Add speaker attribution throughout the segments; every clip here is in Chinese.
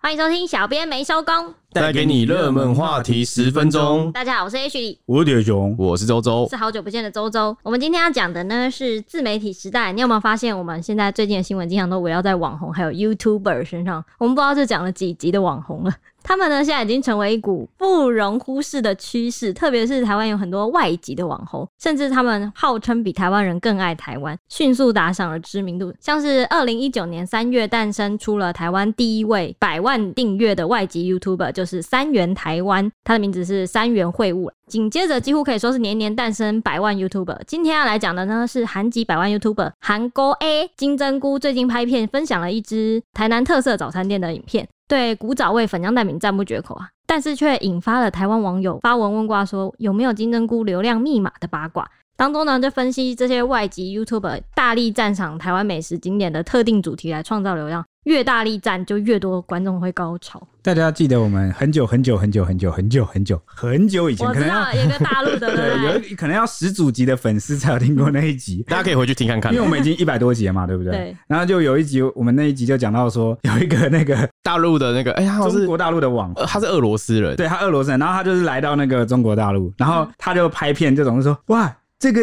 Speaker 1: 欢迎收听《小编没收工》，
Speaker 2: 带给你热门话题十分钟。
Speaker 1: 大家好，我是 H 李，
Speaker 3: 我是铁熊，
Speaker 2: 我是周周，
Speaker 1: 是，好久不见的周周。我们今天要讲的呢是自媒体时代，你有没有发现我们现在最近的新闻经常都围绕在网红还有 YouTuber 身上？我们不知道这讲了几集的网红了。他们呢，现在已经成为一股不容忽视的趋势，特别是台湾有很多外籍的网红，甚至他们号称比台湾人更爱台湾，迅速打赏了知名度。像是二零一九年三月诞生出了台湾第一位百万订阅的外籍 YouTuber，就是三元台湾，他的名字是三元会晤。紧接着，几乎可以说是年年诞生百万 YouTuber。今天要来讲的呢是韩籍百万 YouTuber 韩国 A 金针菇最近拍片分享了一支台南特色早餐店的影片，对古早味粉浆蛋饼赞不绝口啊！但是却引发了台湾网友发文问卦说有没有金针菇流量密码的八卦。当中呢，就分析这些外籍 YouTuber 大力赞赏台湾美食景点的特定主题来创造流量，越大力赞就越多观众会高潮。
Speaker 3: 大家记得我们很久很久很久很久很久很久很久以前，
Speaker 1: 我
Speaker 3: 可
Speaker 1: 知
Speaker 3: 能要
Speaker 1: 道有一个大陆的，对不
Speaker 3: 对
Speaker 1: 对
Speaker 3: 有一可能要十组级的粉丝才有听过那一集
Speaker 2: 大家可以回去听看看
Speaker 3: 因为。我们已经一百多集了嘛，对不对？
Speaker 1: 对
Speaker 3: 然后就有一集，我们那一集就讲到说有一个 那个
Speaker 2: 大陆的那个，哎，他好像
Speaker 3: 中
Speaker 2: 是
Speaker 3: 国大陆的网红。
Speaker 2: 呃他是俄罗斯人，
Speaker 3: 对他俄罗斯人，然后他就是来到那个中国大陆，然后他就拍片，这种就说哇，这个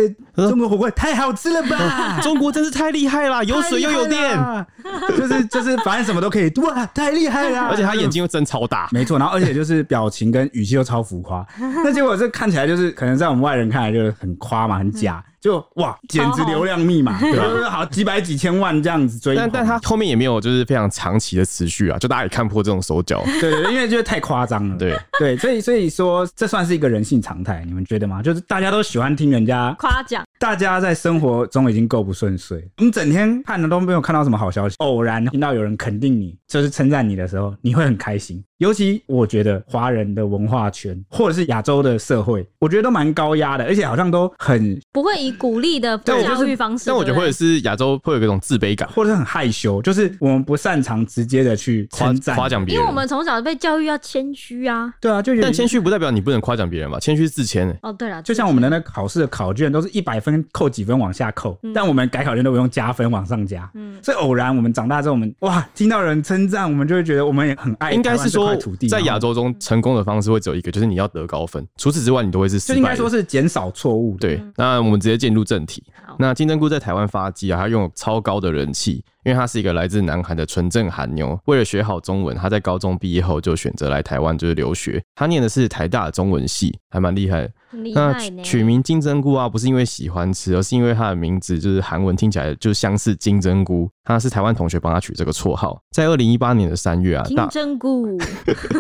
Speaker 3: 中国火锅太好吃了吧，
Speaker 2: 中国真是太厉害啦，有水又有电，
Speaker 3: 太厉害了，就是就是反正什么都可以，哇，太厉害了！
Speaker 2: 而且他眼睛又睁超大。
Speaker 3: 没错，然后而且就是表情跟语气都超浮夸，那结果这看起来就是可能在我们外人看来就是很夸嘛，很假，就哇，简直流量密码，对吧？好几百几千万这样子追捧，
Speaker 2: 但但他后面也没有就是非常长期的持续啊，就大家也看破这种手脚。
Speaker 3: 对对对，因为就是太夸张了，
Speaker 2: 对，
Speaker 3: 对，所以所以说这算是一个人性常态，你们觉得吗？就是大家都喜欢听人家，
Speaker 1: 夸奖。
Speaker 3: 大家在生活中已经够不顺遂，你整天看的都没有看到什么好消息，偶然听到有人肯定你，就是称赞你的时候，你会很开心。尤其我觉得华人的文化圈或者是亚洲的社会，我觉得都蛮高压的，而且好像都很
Speaker 1: 不会以鼓励的
Speaker 2: 但我
Speaker 1: 教育方式。
Speaker 2: 但我觉得
Speaker 1: 对不
Speaker 2: 会
Speaker 1: 对
Speaker 2: 是亚洲会有一种自卑感，
Speaker 3: 或者是很害羞，就是我们不擅长直接的去
Speaker 2: 夸
Speaker 3: 称赞
Speaker 2: 夸。奖别
Speaker 1: 因为我
Speaker 2: 人。
Speaker 1: 们从小被教育要谦虚啊。
Speaker 3: 对啊，就有
Speaker 2: 但
Speaker 3: 点
Speaker 2: 谦虚不代表你不能夸奖别人吧？谦虚是自谦欸，
Speaker 1: 哦，对了，
Speaker 3: 就像我们的那个考试的考卷都是一百分扣几分往下扣，但我们改考卷都不用加分往上加。
Speaker 1: 嗯，
Speaker 3: 所以偶然我们长大之后，我们哇听到人称赞，我们就会觉得我们也很爱
Speaker 2: 应该
Speaker 3: 台湾
Speaker 2: 是
Speaker 3: 这
Speaker 2: 说
Speaker 3: 块土地。
Speaker 2: 在
Speaker 3: 然
Speaker 2: 亚
Speaker 3: 后
Speaker 2: 洲中成功的方式会只有一个，就是你要得高分，除此之外你都会是失
Speaker 3: 就
Speaker 2: 败的。
Speaker 3: 应该说是减少错误的。
Speaker 2: 对，那我们直接进入正题
Speaker 1: 嗯好。
Speaker 2: 那金针菇在台湾发迹啊，它拥有超高的人气，因为它是一个来自南韩的纯正韩妞。为了学好中文，她在高中毕业后就选择来台湾就是留学。她念的是台大中文系，还蛮厉害的。
Speaker 1: 很厉
Speaker 2: 那
Speaker 1: 害
Speaker 2: 取
Speaker 1: 呢。
Speaker 2: 取名金针菇啊，不是因为喜欢吃，而是因为它的名字就是韩文听起来就相似金针菇。她是台湾同学帮她取这个绰号。在二零一八年的三月啊，大
Speaker 1: 金针菇，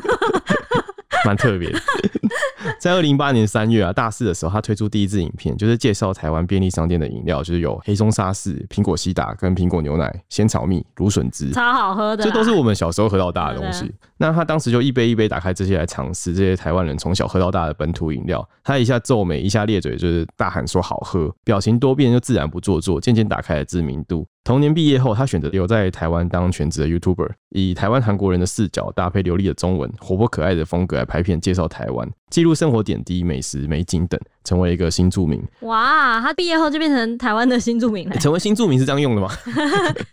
Speaker 2: 蛮特别的。在二零一八年三月啊，大四的时候，他推出第一支影片，就是介绍台湾便利商店的饮料，就是有黑松沙士、苹果西打跟苹果牛奶、鲜草蜜、芦笋汁。
Speaker 1: 超好喝的啦。
Speaker 2: 这都是我们小时候喝到大的东
Speaker 1: 啊对
Speaker 2: 西。那他当时就一杯一杯打开这些来尝试这些台湾人从小喝到大的本土饮料。他一下皱眉，一下咧嘴，就是大喊说好喝，表情多变又自然不做作，渐渐打开了知名度。同年毕业后，他选择留在台湾当全职的 YouTuber，以台湾韩国人的视角搭配流利的中文、活泼可爱的风格来拍片介绍台湾，记录生活点滴、美食、美景等，成为一个新著名。
Speaker 1: 哇，他毕业后就变成台湾的新著名了
Speaker 2: 诶，成为新著名是这样用的吗？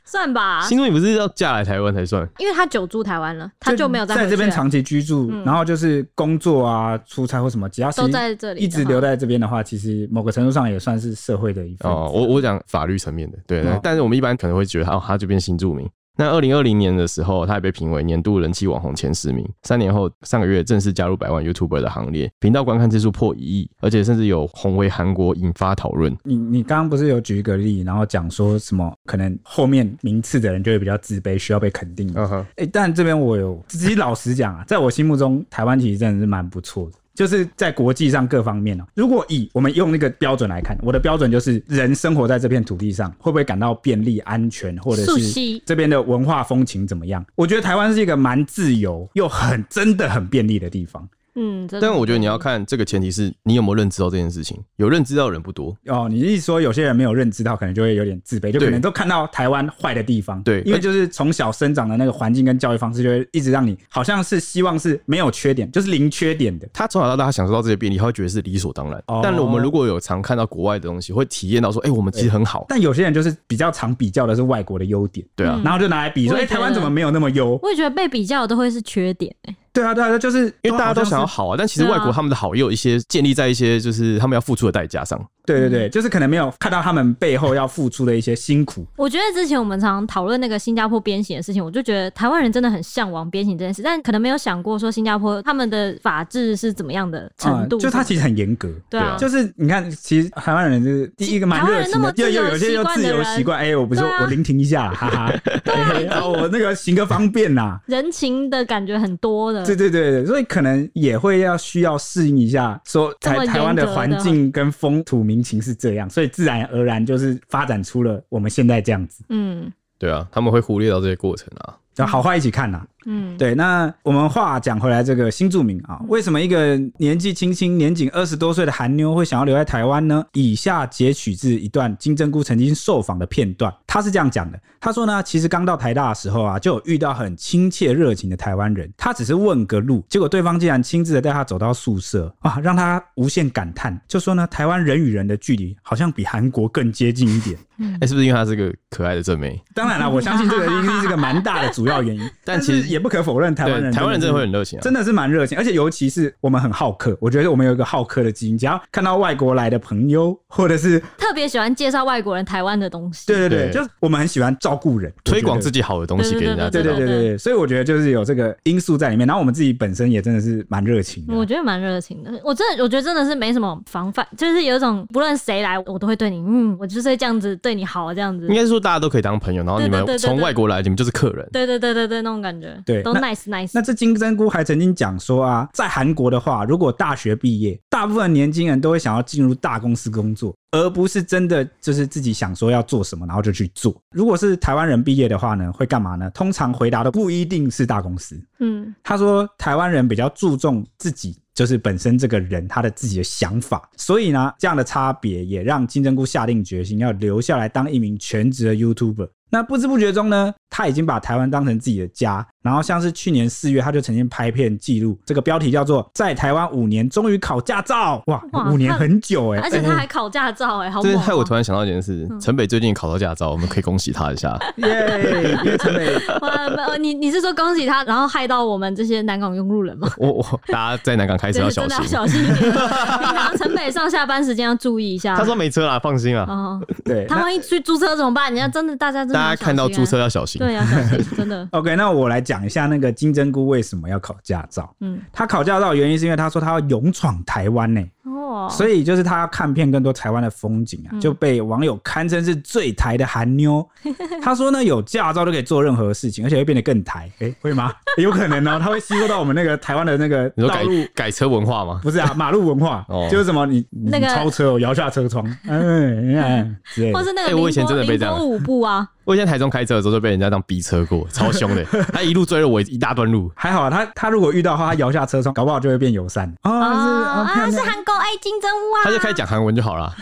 Speaker 1: 算 吧，
Speaker 2: 新著名不是要嫁来台湾才算？
Speaker 1: 因为他久住台湾了，他就没有再
Speaker 3: 在
Speaker 1: 回去
Speaker 3: 这边
Speaker 1: 了
Speaker 3: 长期居住，
Speaker 1: 嗯
Speaker 3: 然后就是工作啊、出差或什么，只要其实
Speaker 1: 都在这里的话，
Speaker 3: 一直留在这边的话，其实某个程度上也算是社会的一份子。
Speaker 2: 哦，我我讲法律层面的，对，
Speaker 3: 哦
Speaker 2: 但是我们一般可能会觉得，哦，他就变新著名。那二零二零年的时候，他也被评为年度人气网红前十名。三年后，上个月正式加入百万 YouTuber 的行列，频道观看次数破一亿，而且甚至有红回韩国，引发讨论。
Speaker 3: 你你刚刚不是有举一个例，然后讲说什么可能后面名次的人就会比较自卑，需要被肯定。
Speaker 2: 嗯哼，
Speaker 3: 哎、但这边我有，其实老实讲啊，在我心目中，台湾其实真的是蛮不错的，就是在国际上各方面哦、如果以我们用那个标准来看，我的标准就是人生活在这片土地上，会不会感到便利、安全，或者
Speaker 1: 熟
Speaker 3: 是
Speaker 1: 悉
Speaker 3: 这边的文化风情怎么样？我觉得台湾是一个蛮自由又很真的很便利的地方。
Speaker 1: 嗯，这
Speaker 2: 但
Speaker 1: 种
Speaker 2: 我觉得你
Speaker 1: 东
Speaker 2: 要
Speaker 1: 西
Speaker 2: 看这个前提是你有没有认知到这件事情，有认知到的人不多。
Speaker 3: 哦，你一说有些人没有认知到，可能就会有点自卑，就
Speaker 2: 对
Speaker 3: 可能都看到台湾坏的地方。
Speaker 2: 对
Speaker 3: 因为就是从小生长的那个环境跟教育方式，就会一直让你好像是希望是没有缺点，就是零缺点的。
Speaker 2: 他从小到大享受到这些便利，他会觉得是理所当然。
Speaker 3: 哦
Speaker 2: 但我们如果有常看到国外的东西，会体验到说，哎、我们其实很好。
Speaker 3: 但有些人就是比较常比较的是外国的优点，
Speaker 2: 对啊
Speaker 1: 嗯，
Speaker 3: 然后就拿来比说，
Speaker 1: 我
Speaker 3: 哎、
Speaker 1: 也觉得
Speaker 3: 台湾怎么没有那么优？
Speaker 1: 我也觉得被比较的都会是缺点、欸，
Speaker 3: 对啊，对啊，就是
Speaker 2: 因为大家都想要
Speaker 3: 好像是
Speaker 2: 好啊，但其实外
Speaker 1: 对
Speaker 2: 国
Speaker 1: 啊
Speaker 2: 他们的好也有一些建立在一些就是他们要付出的代价上。
Speaker 3: 对对对，就是可能没有看到他们背后要付出的一些辛苦。
Speaker 1: 我觉得之前我们常常讨论那个新加坡鞭刑的事情，我就觉得台湾人真的很向往鞭刑这件事，但可能没有想过说新加坡他们的法治是怎么样的程度、
Speaker 3: 嗯就他其实很严格。
Speaker 1: 对啊，
Speaker 3: 就是你看，其实台湾人就是第一个蛮热情的，
Speaker 1: 台
Speaker 3: 又
Speaker 1: 湾人那么
Speaker 3: 又有些又自由习惯，哎、我不是、
Speaker 1: 对啊
Speaker 3: 我聆听一下，哈哈，哎啊我那个行个方便呐、
Speaker 1: 人情的感觉很多的。
Speaker 3: 对对对对，所以可能也会要需要适应一下，说
Speaker 1: 这么
Speaker 3: 台
Speaker 1: 严
Speaker 3: 台湾
Speaker 1: 格
Speaker 3: 的
Speaker 1: 的
Speaker 3: 环境跟风土民情是这样，所以自然而然就是发展出了我们现在这样子，
Speaker 1: 嗯
Speaker 2: 对啊，他们会忽略到这些过程啊。
Speaker 3: 就好坏一起看呐、
Speaker 1: 嗯，
Speaker 3: 对，那我们话讲回来，这个新住民啊，为什么一个年纪轻轻、年仅二十多岁的韩妞会想要留在台湾呢？以下截取自一段金针菇曾经受访的片段，她是这样讲的：她说呢，其实刚到台大的时候啊，就有遇到很亲切热情的台湾人，她只是问个路，结果对方竟然亲自的带她走到宿舍啊，让她无限感叹，就说呢，台湾人与人的距离好像比韩国更接近一点。
Speaker 2: 哎、是不是因为她是个可爱的正妹？
Speaker 3: 当然了，我相信这个一定是个蛮大的主要原因，
Speaker 2: 但其实
Speaker 3: 是也不可否认，台湾
Speaker 2: 对，
Speaker 3: 人
Speaker 2: 台湾人真的
Speaker 3: 是
Speaker 2: 会很热情啊。
Speaker 3: 真的是蛮热情，而且尤其是我们很好客，我觉得我们有一个好客的基因，只要看到外国来的朋友，或者是
Speaker 1: 特别喜欢介绍外国人台湾的东西。
Speaker 3: 对对对，
Speaker 2: 对
Speaker 3: 就是我们很喜欢照顾人，
Speaker 2: 推广自
Speaker 3: 己。
Speaker 2: 己好的东西给人家知
Speaker 3: 对
Speaker 2: 道。
Speaker 3: 对对对对，所以我觉得就是有这个因素在里面，然后我们自己本身也真的是蛮热情的。
Speaker 1: 我觉得蛮热情的，我真的我觉得真的是没什么防范，就是有一种不论谁来，我都会对你，嗯，我就是会这样子对你好，啊这样子
Speaker 2: 应，该是说大家都可以当朋友，然后你
Speaker 1: 对对对
Speaker 2: 们
Speaker 1: 对对
Speaker 2: 从外国来，你们就是客人。
Speaker 1: 对对对对对，那种感觉，
Speaker 3: 对
Speaker 1: 都
Speaker 3: 那
Speaker 1: nice nice。
Speaker 3: 那这金针菇还曾经讲说啊，在韩国的话，如果大学毕业，大部分年轻人都会想要进入大公司工作，而不是真的就是自己想说要做什么，然后就去做。如果是台湾人毕业的话呢，会干嘛呢？通常回答都不一定是大公司，
Speaker 1: 嗯
Speaker 3: 他说台湾人比较注重自己，就是本身这个人他的自己的想法，所以呢，这样的差别也让金针菇下定决心要留下来当一名全职的 YouTuber。那不知不觉中呢，他已经把台湾当成自己的家。然后像是去年四月，他就曾经拍片记录，这个标题叫做《在台湾五年终于考驾照》。哇，
Speaker 1: 哇
Speaker 3: 五年
Speaker 1: 他
Speaker 3: 很久哎、
Speaker 1: 而且他还考驾照哎、好
Speaker 2: 这
Speaker 1: 猛、
Speaker 2: 是
Speaker 1: 啊！
Speaker 2: 害我突然想到一件事
Speaker 1: 嗯，
Speaker 2: 陈北最近考到驾照，我们可以恭喜他 一下。
Speaker 3: 耶！因为陈美
Speaker 1: 哇，没有你你是说恭喜他，然后害到我们这些南港用路人吗？
Speaker 2: 我我大家在南港开车
Speaker 1: 对
Speaker 2: 要，
Speaker 1: 真
Speaker 2: 小
Speaker 1: 的要
Speaker 2: 心。
Speaker 1: 小心一点。 平常城北上下班时间要注意一下。
Speaker 2: 他说没车啦，放心啊，
Speaker 1: 哦，
Speaker 3: 对，。
Speaker 1: 他万一去租车怎么办？你要真的大家真的要
Speaker 2: 大家看到
Speaker 1: 小心
Speaker 2: 注
Speaker 1: 啊，
Speaker 2: 册要小心。
Speaker 1: 对呀、啊，小心真的
Speaker 3: OK，那我来讲一下那个金针菇为什么要考驾照。
Speaker 1: 嗯，
Speaker 3: 他考驾照的原因是因为他说他要勇闯台湾欸呢、
Speaker 1: 哦，
Speaker 3: 所以就是他要看遍更多台湾的风景啊，
Speaker 1: 嗯
Speaker 3: 就被网友堪称是最台的韩妞。 他说呢，有驾照就可以做任何事情，而且会变得更 台。诶、会吗？有可能哦，他会吸收到我们那个台湾的那个
Speaker 2: 你说
Speaker 3: 道
Speaker 2: 改
Speaker 3: 路。
Speaker 2: 改车文化吗？
Speaker 3: 不是啊，马路文化、
Speaker 2: 哦
Speaker 3: 就是什么你你
Speaker 1: 那个
Speaker 3: 超车哦，摇下 车窗，嗯嗯之类
Speaker 1: 或
Speaker 3: 的。
Speaker 1: 是那
Speaker 2: 哎
Speaker 1: 个
Speaker 2: 我以前
Speaker 1: 宁波
Speaker 2: 真的被
Speaker 1: 宁
Speaker 2: 这样
Speaker 1: 波舞步啊，
Speaker 2: 我以前在台中开车的时候就被人家这样逼车 过，超凶的。他一路追了我一大段路，
Speaker 3: 还好啊，他他如果遇到的话，他摇下车窗，搞不好就会变友善啊、
Speaker 1: 哦
Speaker 3: 是啊，漂
Speaker 1: 啊，是
Speaker 3: 亮
Speaker 1: 韩国哎金针屋啊，
Speaker 2: 他就开始讲韩文就好 了。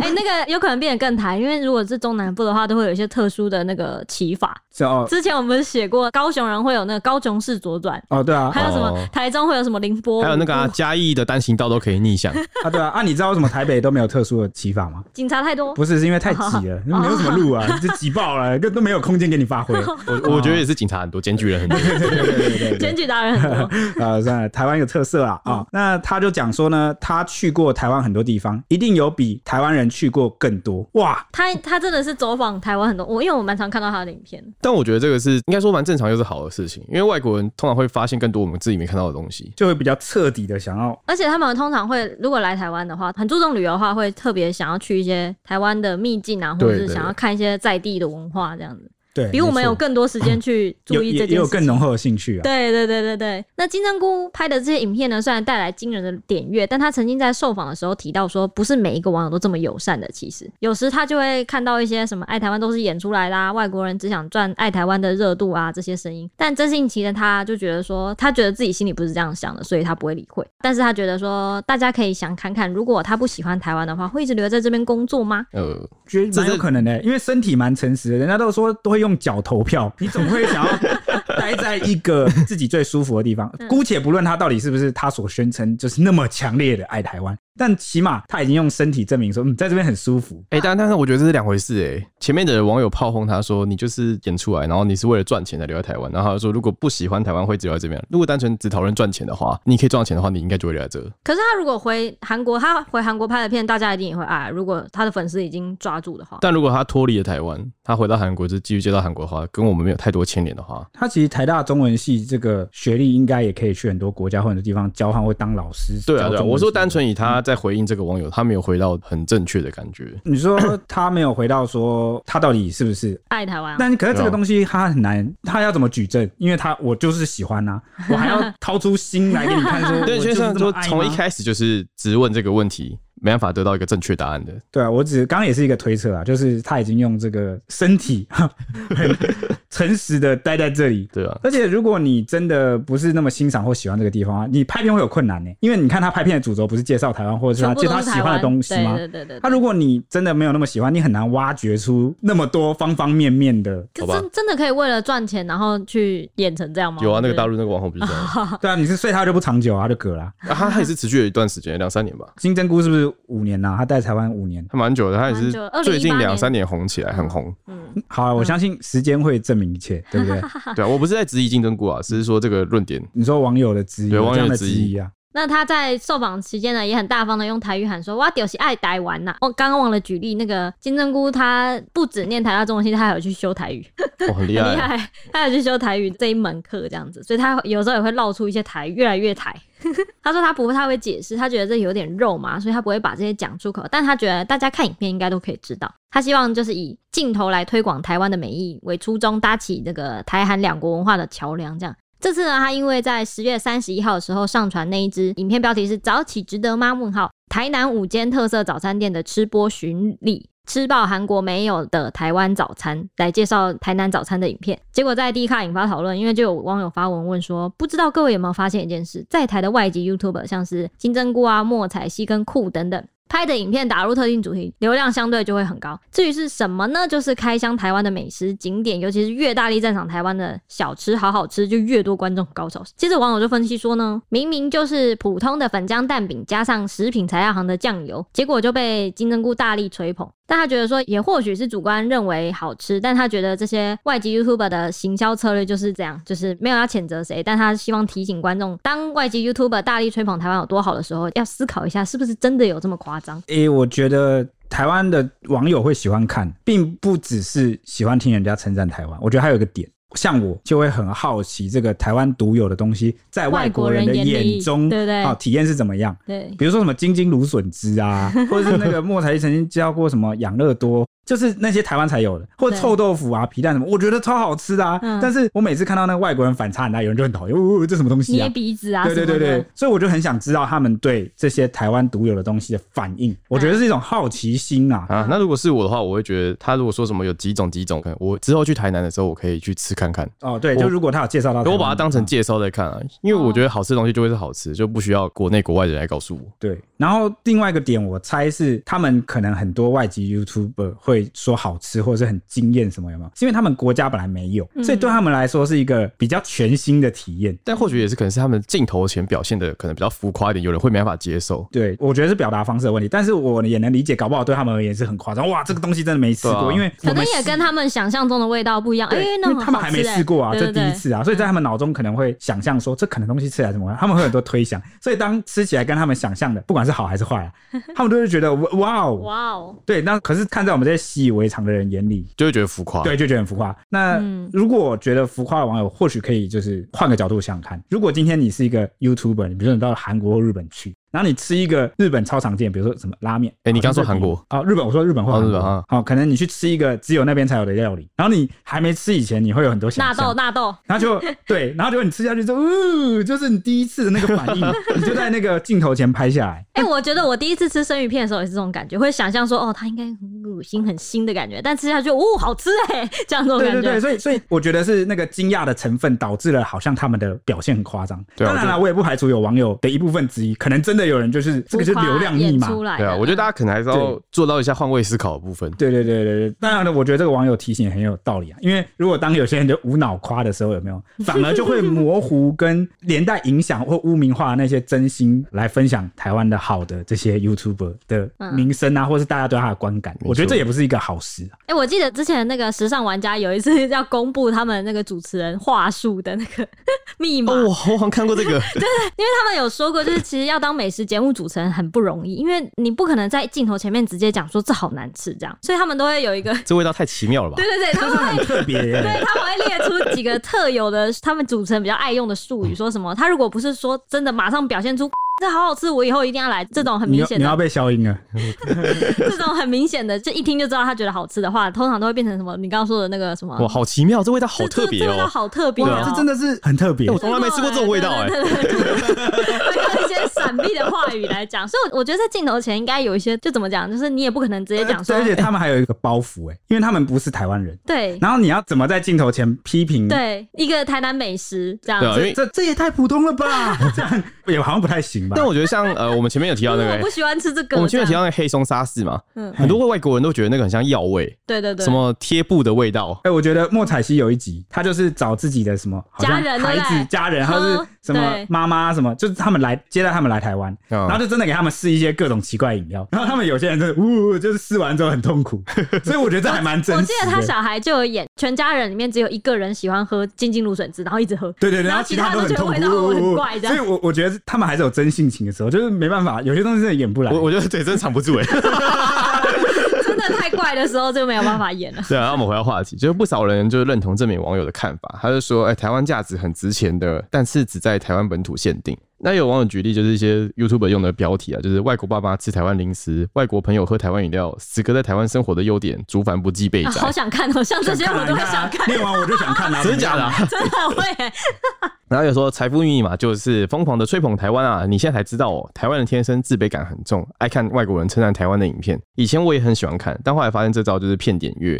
Speaker 1: 哎、那个有可能变得更台，因为如果是中南部的话，都会有一些特殊的那个骑法。
Speaker 3: 是哦
Speaker 1: 之前我们写过，高雄人会有那个高雄市左转，
Speaker 3: 哦，对啊，
Speaker 1: 还有什么、
Speaker 2: 哦
Speaker 1: 台中会有什么宁波舞步，
Speaker 2: 还有那个啊，嘉义的单行道都可以逆向，
Speaker 3: 啊对啊啊，你知道为什么台北都没有特殊的骑法吗？
Speaker 1: 警察太多，
Speaker 3: 不是，是因为太挤
Speaker 1: 哦
Speaker 3: 了，没有什么路啊，就挤爆了，根本都没有空间给你发挥。
Speaker 1: 哦
Speaker 2: 我我觉得也是警察很多，检举人 很多。
Speaker 3: 对对对对对对
Speaker 1: 检举达人很多。
Speaker 3: 呃，算了，台湾有特色啦啊、
Speaker 1: 嗯
Speaker 3: 那他就讲说呢，他去过台湾很多地方，一定有比台湾人去过更多。哇，
Speaker 1: 他他真的是走访台湾很多，我因为我蛮常看到他的影片。
Speaker 2: 但我觉得这个是应该说蛮正常又是好的事情，因为外国人通常会发现更多我们自己没看到的东西。
Speaker 3: 就会比较彻底的想要
Speaker 1: 而且他们通常会，如果来台湾的话，很注重旅游的话，会特别想要去一些台湾的秘境啊，或者
Speaker 2: 对
Speaker 1: 是
Speaker 2: 对
Speaker 1: 想要看一些在地的文化这样子。
Speaker 3: 对，
Speaker 1: 比我们
Speaker 3: 没错
Speaker 1: 有更多时间去注
Speaker 3: 有
Speaker 1: 意这
Speaker 3: 也也
Speaker 1: 件
Speaker 3: 有
Speaker 1: 事
Speaker 3: 更
Speaker 1: 情。
Speaker 3: 浓厚的兴趣啊。
Speaker 1: 对对对对对，那金针菇拍的这些影片呢，虽然带来惊人的点阅，但他曾经在受访的时候提到说，不是每一个网友都这么友善的。其实有时他就会看到一些什么“爱台湾都是演出来的、啊”，外国人只想赚爱台湾的热度啊这些声音。但真性情的他就觉得说，他觉得自己心里不是这样想的，所以他不会理会。但是他觉得说，大家可以想看看，如果他不喜欢台湾的话，会一直留在这边工作吗？
Speaker 2: 呃，
Speaker 3: 觉得
Speaker 2: 这
Speaker 3: 蛮有
Speaker 2: 是
Speaker 3: 可能的，因为身体蛮诚实的，人家都说都会用脚 投票，你总会想要待在一个自己最舒服的地方。姑且不论他到底是不是他所宣称就是那么强烈的爱台湾，但起码他已经用身体证明说，嗯，在这边很舒服。
Speaker 2: 哎、但但是我觉得这是两回事哎、前面的网友炮轰他说，你就是演出来，然后你是为了赚钱才留在台湾，然后他说如果不喜欢台湾会只留在这边，如果单纯只讨论赚钱的话，你可以赚到钱的话，你应该就会留在这。
Speaker 1: 可是他如果回韩国，他回韩国拍的片，大家一定也会爱。如果他的粉丝已经抓住的话，
Speaker 2: 但如果他脱离了台湾，他回到韩国就继续接到韩国的话，跟我们没有太多牵连的话，
Speaker 3: 他其实台大中文系这个学历应该也可以去很多国家或者地方交换或当老师。
Speaker 2: 对啊
Speaker 3: 教
Speaker 2: 对啊，
Speaker 3: 中文
Speaker 2: 我说
Speaker 3: 系的
Speaker 2: 单纯以他在回应这个网友，他没有回到很正确的感觉。
Speaker 3: 你说他没有回到说他到底是不是？
Speaker 1: 爱台湾啊、
Speaker 3: 但是可是这个东西他很难，他要怎么举证？因为他我就是喜欢 呐、我还要掏出心来给你看 说，
Speaker 2: 对，
Speaker 3: 我就
Speaker 2: 就是像
Speaker 3: 这么
Speaker 2: 说
Speaker 3: 爱吗
Speaker 2: 从一开始就是直问这个问题，没办法得到一个正确答案的。
Speaker 3: 对啊，我只刚刚也是一个推测啊，就是他已经用这个身体 很诚实的待在这里。
Speaker 2: 对啊，
Speaker 3: 而且，如果你真的不是那么欣赏或喜欢这个地方啊，你拍片会有困难呢、因为你看他拍片的主轴不是介绍台湾，或者是
Speaker 1: 全
Speaker 3: 他
Speaker 1: 部
Speaker 3: 介
Speaker 1: 都
Speaker 3: 绍他
Speaker 1: 是
Speaker 3: 喜
Speaker 1: 台
Speaker 3: 欢
Speaker 1: 湾
Speaker 3: 的东西吗？
Speaker 1: 对对对对
Speaker 3: 那、如果你真的没有那么喜欢，你很难挖掘出那么多方方面面 的。
Speaker 1: 可
Speaker 2: 好吧
Speaker 1: 真真的可以为了赚钱，然后去演成这样吗？
Speaker 2: 有啊，那个大
Speaker 1: 陆
Speaker 2: 陆那个网红不是这样，啊
Speaker 3: 对啊，你是睡他就不长久啊，他就嗝啦、
Speaker 2: 他他也是持续了一段时间，两三年吧，
Speaker 3: 金针菇是不是五年呐、他在台湾五年。
Speaker 2: 他蛮久的，他也
Speaker 1: 蛮
Speaker 2: 是
Speaker 1: 久的
Speaker 2: 最近
Speaker 1: 2018
Speaker 2: 两三年红起来，很红。
Speaker 1: 嗯，
Speaker 3: 好、啊，我相信时间会证明 一切，对不对？
Speaker 2: 对啊，我不是在质疑竞争股啊，只是说这个论点。
Speaker 3: 你说网友的质疑，
Speaker 2: 对
Speaker 3: 有
Speaker 2: 网
Speaker 3: 这
Speaker 2: 友
Speaker 3: 样
Speaker 2: 的
Speaker 3: 的
Speaker 2: 质
Speaker 3: 质
Speaker 2: 疑
Speaker 3: 疑啊，
Speaker 1: 那他在受访期间呢，也很大方的用台语喊说：“哇，屌是爱台湾呐、我刚刚忘了举例，那个金针菇他不只念台大中文系，他还有去修台语，
Speaker 2: 哇，哦很厉
Speaker 1: 很厉
Speaker 2: 害。
Speaker 1: 害，他还有去修台语这一门课这样子，所以他有时候也会绕出一些台，越来越台。 他说他不太会解释，他觉得这有点肉麻，所以他不会把这些讲出口。但他觉得大家看影片应该都可以知道，他希望就是以镜头来推广台湾的美意为初衷，搭起这个台韩两国文化的桥梁。这样，这次呢，他因为在十月三十一号的时候上传那一支影片，标题是“早起值得吗？”问号，台南五间特色早餐店的吃播巡礼。吃爆韩国没有的台湾早餐，来介绍台南早餐的影片，结果在 D 卡引发讨论，因为就有网友发文问说，不知道各位有没有发现一件事，在台的外籍 YouTuber 像是金针菇啊、莫彩希跟酷等等。拍的影片打入特定主题，流量相对就会很高。至于是什么呢？就是开箱台湾的美食景点，尤其是越大力赞赏台湾的小吃好好吃，就越多观众高潮。接着网友就分析说呢，明明就是普通的粉浆蛋饼加上食品材料行的酱油，结果就被金针菇大力吹捧。但他觉得说，也或许是主观认为好吃，但他觉得这些外籍 YouTuber 的行销策略就是这样，就是没有要谴责谁，但他希望提醒观众，当外籍 YouTuber 大力吹捧台湾有多好的时候，要思考一下是不是真的有这么夸张。
Speaker 3: 诶、我觉得台湾的网友会喜欢看，并不只是喜欢听人家称赞台湾。我觉得还有一个点，像我就会很好奇这个台湾独有的东西，在外国人的
Speaker 1: 外国人眼里
Speaker 3: 眼中，
Speaker 1: 对不对
Speaker 3: 啊，体验是怎么样？
Speaker 1: 对，
Speaker 3: 比如说什么金金芦笋汁 啊，或者是那个莫才曾经教过什么养乐多，就是那些台湾才有的，或者
Speaker 1: 对
Speaker 3: 臭豆腐啊、皮蛋什么，我觉得超好吃的啊。
Speaker 1: 嗯
Speaker 3: 但是我每次看到那个外国人反差很大，有人就很讨厌，哦，哦这什么东西
Speaker 1: 捏
Speaker 3: 啊？
Speaker 1: 鼻子啊，
Speaker 3: 对对对
Speaker 1: 什么
Speaker 3: 对
Speaker 1: 的，，
Speaker 3: 所以我就很想知道他们对这些台湾独有的东西的反应，我觉得是一种好奇心啊。
Speaker 2: 啊，那如果是我的话，我会觉得他如果说什么有几种几种，可能我之后去台南的时候，我可以去吃看看。
Speaker 3: 哦，对，
Speaker 2: 我
Speaker 3: 就如果他有介绍到台湾，
Speaker 2: 我把它
Speaker 1: 嗯
Speaker 2: 当成
Speaker 3: 啊
Speaker 2: 介绍在看啊，因为我觉得好吃的东西就会是好吃，就不需要国内国外人来告诉我。
Speaker 3: 对。然后另外一个点，我猜是他们可能很多外籍 YouTuber 会说好吃或者是很惊艳什么，有没有？是因为他们国家本来没有，
Speaker 1: 嗯
Speaker 3: 所以对他们来说是一个比较全新的体验。
Speaker 2: 但或许也是可能是他们镜头前表现的可能比较浮夸一点，有人会没办法接受。
Speaker 3: 对，我觉得是表达方式的问题，但是我也能理解，搞不好对他们而言是很夸张。哇，这个东西真的没吃
Speaker 2: 对
Speaker 3: 过，
Speaker 2: 啊
Speaker 3: 因为我
Speaker 1: 可
Speaker 3: 们
Speaker 1: 能也跟他们想象中的味道不一样。哎、
Speaker 3: 对，
Speaker 1: 那
Speaker 3: 因
Speaker 1: 种
Speaker 3: 为他们还没试过啊，
Speaker 1: 好吃
Speaker 3: 这
Speaker 1: 欸对
Speaker 3: 第一次啊，所以在他们脑中可能会想象 说，这可能东西吃起来怎么样，他们会有很多推想，所以当吃起来跟他们想象的，不管是好还是坏啊，他们都会觉得哇哇
Speaker 1: 对
Speaker 3: 哦，
Speaker 1: 哇哦，
Speaker 3: 对，那可是看在我们这些习以为常的人眼里。
Speaker 2: 就会觉得浮夸。
Speaker 3: 对，就觉得很浮夸。那
Speaker 1: 嗯
Speaker 3: 如果我觉得浮夸的网友，或许可以就是换个角度想想看。如果今天你是一个 YouTuber，你比如说你到了韩国或日本去，然后你吃一个日本超常见，比如说什么拉面，
Speaker 2: 哎你刚说韩国
Speaker 3: 哦，日本我说日本或
Speaker 2: 哦
Speaker 3: 韩
Speaker 2: 日
Speaker 3: 国
Speaker 2: 本啊，
Speaker 3: 好、可能你去吃一个只有那边才有的料理，然后你还没吃以前，你会有很多想
Speaker 1: 纳豆
Speaker 3: 象，
Speaker 1: 纳豆，
Speaker 3: 然后就对，然后结果你吃下去之后，呜，就是你第一次的那个反应，你就在那个镜头前拍下来。
Speaker 1: 哎、我觉得我第一次吃生鱼片的时候也是这种感觉，会想象说哦，它应该很恶心、很腥的感觉，但吃下去哦，好吃哎、 这样这种
Speaker 3: 对
Speaker 1: 感觉。
Speaker 3: 对对，所以所以我觉得是那个惊讶的成分导致了，好像他们的表现很夸张。
Speaker 2: 对啊
Speaker 3: 当然
Speaker 2: 我
Speaker 3: 了，我也不排除有网友的一部分之一，可能真的有人就是这个就是流量密
Speaker 1: 演
Speaker 3: 码。
Speaker 1: 出来的。
Speaker 2: 对啊，我觉得大家可能还是要
Speaker 3: 对
Speaker 2: 做到一下换位思考的部分。
Speaker 3: 对对对对对，当然了，我觉得这个网友提醒也很有道理啊，因为如果当有些人就无脑夸的时候，有没有反而就会模糊跟连带影响或污名化那些真心来分享台湾的好的这些 YouTuber 的
Speaker 1: 嗯
Speaker 3: 名声啊，或是大家对他的观感，
Speaker 2: 错
Speaker 3: 我觉得这也不是一个好事啊。
Speaker 1: 哎、我记得之前那个时尚玩家有一次 要公布他们那个主持人话术的那个 密码，
Speaker 2: 哦，我好像看 过这个，
Speaker 1: 因为他们有说过，就是其实要当美食节目主持人很不容易，因为你不可能在镜头前面直接讲说这好难吃这样，所以他们都会有一个，
Speaker 2: 这味道太奇妙了吧
Speaker 1: 对？对对，他们会
Speaker 3: 特别耶、
Speaker 1: 对，他们会列出几个特有的，他们主持人比较爱用的术语，说什么？他如果不是说真的马上表现出这好好吃，我以后一定要来，这 种很
Speaker 3: 你
Speaker 1: 明
Speaker 3: 要
Speaker 1: 显
Speaker 3: 你要
Speaker 1: 的，
Speaker 3: 被消音了，
Speaker 1: 这种很明显的，就一听就知道他觉得好吃的话，通常都会变成什么？你刚刚说的那个什么？
Speaker 2: 哇，好奇妙，这味道好
Speaker 1: 这
Speaker 2: 特别
Speaker 1: 这这味道
Speaker 2: 哦！
Speaker 1: 好特别、哦
Speaker 3: 哇，这真。的是很特别
Speaker 2: 哎。我从来没吃过这种味道哎
Speaker 1: 对对对对对用一些闪避的话语来讲，所以我我觉得在镜头前应该有一些，就怎么讲，就是你也不可能直接讲说
Speaker 3: 对，而，且他们还有一个包袱哎、因为他们不是台湾人，
Speaker 1: 对
Speaker 3: 然后你要怎么在镜头前批评？
Speaker 1: 对，一个台南美食这样
Speaker 2: 对啊，
Speaker 1: 子
Speaker 2: 因。为
Speaker 3: 这这也太普通了吧？这样也好像不太行吧？
Speaker 2: 但我觉得像呃，我们前面有提到那
Speaker 1: 因
Speaker 2: 个
Speaker 1: 为
Speaker 2: 欸
Speaker 1: 我不，喜欢吃这个。
Speaker 2: 我们前面有
Speaker 1: 这
Speaker 2: 提
Speaker 1: 样
Speaker 2: 到那个黑松沙士嘛，
Speaker 1: 嗯，
Speaker 2: 很多外国人都觉得那个很像药味，
Speaker 1: 对对对，
Speaker 2: 什么贴布的味道。
Speaker 3: 哎、我觉得莫彩曦有一集，她就是找自己的什么好像
Speaker 1: 家人
Speaker 3: 孩
Speaker 1: 对不对
Speaker 3: 子、家人，还有是
Speaker 1: 嗯
Speaker 3: 什么
Speaker 1: 对
Speaker 3: 妈妈什么，就是他们来接待他们来台湾，
Speaker 2: 嗯
Speaker 3: 然后就真的给他们试一些各种奇怪饮料，然后他们有些人就是呜、就是试完之后很痛苦，所以我觉得这还蛮真
Speaker 1: 我
Speaker 3: 实
Speaker 1: 记得他
Speaker 3: 的。
Speaker 1: 小孩就有演，全家人里面只有一个人喜欢喝金金芦笋汁，然后一直喝。
Speaker 3: 对对，对
Speaker 1: 然
Speaker 3: 然
Speaker 1: 后
Speaker 3: 后
Speaker 1: 其
Speaker 3: 其
Speaker 1: 他
Speaker 3: 他都
Speaker 1: 人
Speaker 3: 很
Speaker 1: 就
Speaker 3: 痛
Speaker 1: 会
Speaker 3: 苦，
Speaker 1: 回到我很
Speaker 3: 呜呜呜
Speaker 1: 怪这样
Speaker 3: 所以我我觉得他们还是有真性情的时候，就是没办法，有些东西真的演不来。
Speaker 2: 我我觉得对，真的藏不住哎。
Speaker 1: 真的太怪的时候就没有办法演了。
Speaker 2: 对啊，然后我们回到话题，就是不少人就是认同这名网友的看法，他就说，哎、台湾价值很值钱的，但是只在台湾本土限定。那有网友举例，就是一些 YouTube 用的标题啊，就是外国爸妈吃台湾零食，外国朋友喝台湾饮料，死哥在台湾生活的优点，竹凡不计备
Speaker 1: 啊
Speaker 2: 宅。
Speaker 1: 好想看哦，像这些
Speaker 3: 看
Speaker 1: 我
Speaker 3: 啊
Speaker 1: 都会
Speaker 3: 看啊
Speaker 1: 想看，
Speaker 3: 念完我就想看啊，
Speaker 2: 真的假的 啊、
Speaker 1: 真的会耶。
Speaker 2: 然后又说财富密码就是疯狂的吹捧台湾啊！你现在才知道哦，台湾人天生自卑感很重，爱看外国人称赞台湾的影片。以前我也很喜欢看，但后来发现这招就是骗点阅。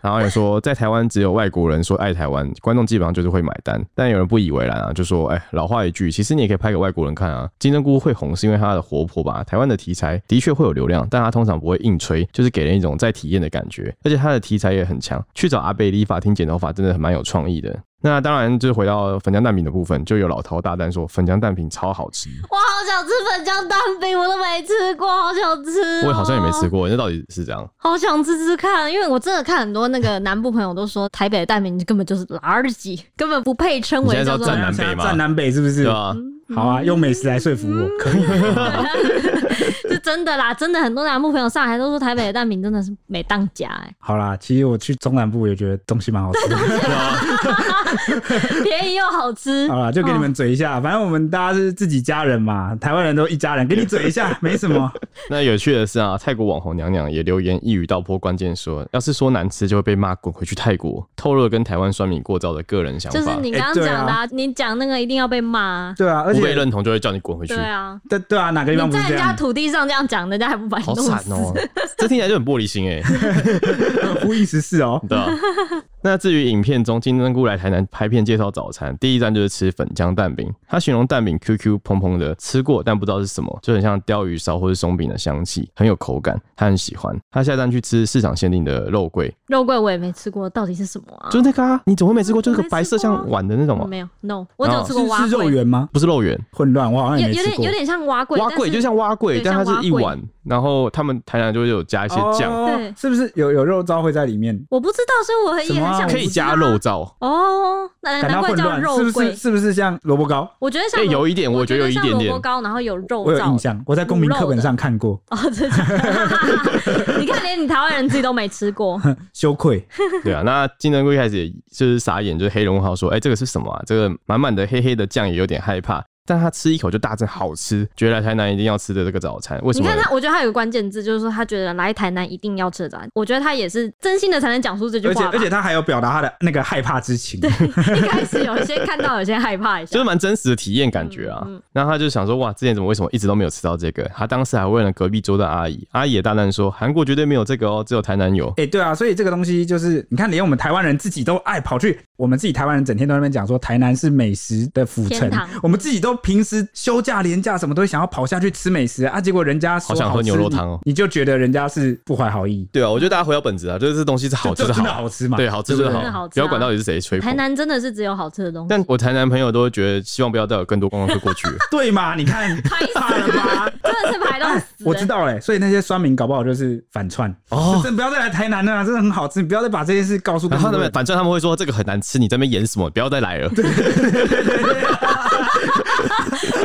Speaker 2: 然后也说在台湾只有外国人说爱台湾，观众基本上就是会买单。但有人不以为然啊，就说哎，老话一句，其实你也可以拍给外国人看啊。金针菇会红是因为它的活泼吧？台湾的题材的确会有流量，但它通常不会硬吹，就是给人一种在体验的感觉。而且它的题材也很强，去找阿贝理发厅剪头发真的很蛮有创意的。那当然，就是回到粉浆蛋饼的部分，就有老头大蛋说粉浆蛋饼超好吃，
Speaker 1: 我好想吃粉浆蛋饼，我都没吃过，好想吃、哦
Speaker 2: 我也好像也没吃，过，那到底是这样？
Speaker 1: 好想吃吃看。因为我真的看很多那个南部朋友都说，台北的蛋饼根本就是垃圾，根本不配称
Speaker 2: 你
Speaker 1: 为
Speaker 2: 现
Speaker 1: 叫
Speaker 2: 在要
Speaker 1: 做
Speaker 2: 站南北嘛
Speaker 3: 站南北是不是？
Speaker 2: 对啊，
Speaker 3: 好啊，用美食来说服我，可以。
Speaker 1: 是真的啦，真的很多南部朋友上来都说台北的蛋饼真的是没当家哎、
Speaker 3: 好啦，其实我去中南部也觉得东西蛮好吃的。
Speaker 1: 便宜又好吃。
Speaker 3: 好啦，就给你们嘴一下，反正我们大家是自己家人嘛，台湾人都一家人，给你嘴一下，没什么。
Speaker 2: 那有趣的是啊，泰国网红娘娘也留言一语道破关键说，要是说难吃就会被骂滚回去泰国，透露了跟台湾酸民过招的个人想
Speaker 1: 就是
Speaker 2: 法，
Speaker 1: 你刚刚
Speaker 3: 哎对啊
Speaker 1: 讲的、你讲那个一定要被骂、啊。
Speaker 3: 对啊，而
Speaker 2: 不被
Speaker 3: 且
Speaker 2: 认同就会叫你滚回去
Speaker 1: 对，啊，
Speaker 3: 对对啊，哪个地方
Speaker 1: 你
Speaker 3: 不
Speaker 1: 在
Speaker 3: 是这
Speaker 1: 人家
Speaker 3: 样？
Speaker 1: 土地上这样讲，人家还不把你
Speaker 2: 好
Speaker 1: 弄
Speaker 2: 惨
Speaker 1: 死？
Speaker 2: 哦， 这听起来就很玻璃心哎、
Speaker 3: 呼应十四哦。
Speaker 2: 对啊。那至于影片中金针菇来台南拍片介绍早餐，第一站就是吃粉浆蛋饼。他形容蛋饼 QQ 蓬蓬的，吃过但不知道是什么，就很像鲷鱼烧或是松饼的香气，很有口感，他很喜欢。他下站去吃市场限定的肉桂，
Speaker 1: 肉桂我也没吃过，到底是什么啊？
Speaker 2: 就是那个啊，你怎么会没吃过？就是个白色
Speaker 1: 我没吃过啊
Speaker 2: 像碗的那种
Speaker 1: 我
Speaker 2: 啊，
Speaker 1: 没有，no，我只有吃
Speaker 3: 啊是
Speaker 1: 过蛙
Speaker 3: 是肉
Speaker 1: 桂，
Speaker 3: 圆吗？
Speaker 2: 不是肉圆，
Speaker 3: 混乱，我好像也
Speaker 1: 有
Speaker 3: 没
Speaker 1: 有
Speaker 3: 吃
Speaker 1: 点
Speaker 3: 过
Speaker 1: 有。点像蛙桂，
Speaker 2: 蛙
Speaker 1: 但
Speaker 2: 桂
Speaker 1: 是
Speaker 2: 就像蛙桂，
Speaker 1: 对
Speaker 2: 但它
Speaker 1: 像蛙
Speaker 2: 是一
Speaker 1: 桂
Speaker 2: 碗，然后他们台南就会有加一些酱，
Speaker 3: 哦
Speaker 1: 对
Speaker 3: 是不是有有肉燥会在里面？
Speaker 1: 我不知道，所以我也
Speaker 3: 什么
Speaker 1: 很
Speaker 3: 啊
Speaker 1: 想
Speaker 2: 可以
Speaker 1: 吃啊
Speaker 2: 加 肉燥。
Speaker 1: 哦，难
Speaker 3: 感
Speaker 1: 难
Speaker 3: 到
Speaker 1: 怪
Speaker 3: 混
Speaker 1: 叫
Speaker 3: 乱，
Speaker 1: 肉
Speaker 3: 是不
Speaker 1: 桂
Speaker 3: 是？是不是像萝卜糕？
Speaker 1: 我觉得像
Speaker 2: 哎
Speaker 1: 萝
Speaker 2: 有一点
Speaker 1: 我
Speaker 2: 我觉得有一
Speaker 1: 像
Speaker 2: 点点
Speaker 1: 萝卜糕，然后有肉
Speaker 3: 我有
Speaker 1: 燥
Speaker 3: 印象，我在公民课本上看过，
Speaker 1: 哦，真的， 你看连你台湾人自己都没吃过，
Speaker 3: 羞愧。
Speaker 2: 对啊，那金针菇一开始也就是傻眼，就是黑人问号说：“哎、这个是什么啊？”这个满满的黑黑的酱也有点害怕。但他吃一口就大赞好吃，觉得来台南一定要吃的这个早餐。为什
Speaker 1: 你
Speaker 2: 么
Speaker 1: 看？他，我觉得他有个关键字，就是说他觉得来台南一定要吃的早餐。我觉得他也是真心的才能讲出这句
Speaker 3: 而且
Speaker 1: 话吧。
Speaker 3: 而且他还有表达他的那个害怕之 情，
Speaker 1: 一开始有些看到，有些害怕一
Speaker 2: 就
Speaker 1: 下
Speaker 2: 是。蛮真实的体验感觉啊。
Speaker 1: 嗯嗯
Speaker 2: 然后他就想说，哇，之前怎么为什么一直都没有吃到这个？他当时还问了隔壁桌的阿姨，阿姨也大胆说，韩国绝对没有这个哦，只有台南有。
Speaker 3: 哎、对啊，所以这个东西就是，你看，连我们台湾人自己都爱跑去，我们自己台湾人整天都在那边讲说台南是美食的府城
Speaker 1: 天堂，
Speaker 3: 我们自己都平时休假、连假什么都会想要跑下去吃美食啊，结果人家说
Speaker 2: 好想喝
Speaker 3: 吃
Speaker 2: 牛肉汤哦
Speaker 3: 你，你就觉得人家是不怀好意，
Speaker 2: 对啊，我觉得大家回到本质啊，就是这东西是好吃
Speaker 3: 就
Speaker 2: 就
Speaker 3: 真的
Speaker 2: 好，
Speaker 3: 好吃嘛，
Speaker 2: 对，好吃就
Speaker 3: 对不对
Speaker 1: 真的好
Speaker 2: 好，
Speaker 1: 吃啊
Speaker 2: 不要管到底是谁吹
Speaker 1: 台
Speaker 2: 捧。
Speaker 1: 南真的是只有好吃的东西。
Speaker 2: 但我台南朋友都会觉得，希望不要再有更多观光客过 去了。
Speaker 3: 对嘛？你 看，
Speaker 1: 排死
Speaker 3: 怕了 吧？
Speaker 1: 真的是排到死、欸
Speaker 3: 我知道嘞、所以那些酸民搞不好就是反串
Speaker 2: 哦
Speaker 3: 就真的不要再来台南了、真的很好吃，你不要再把这件事告诉
Speaker 2: 然
Speaker 3: 更
Speaker 2: 后
Speaker 3: 多
Speaker 2: 他们
Speaker 3: 人。
Speaker 2: 反正他们会说这个很难吃，你在那边演什么？不要再来了。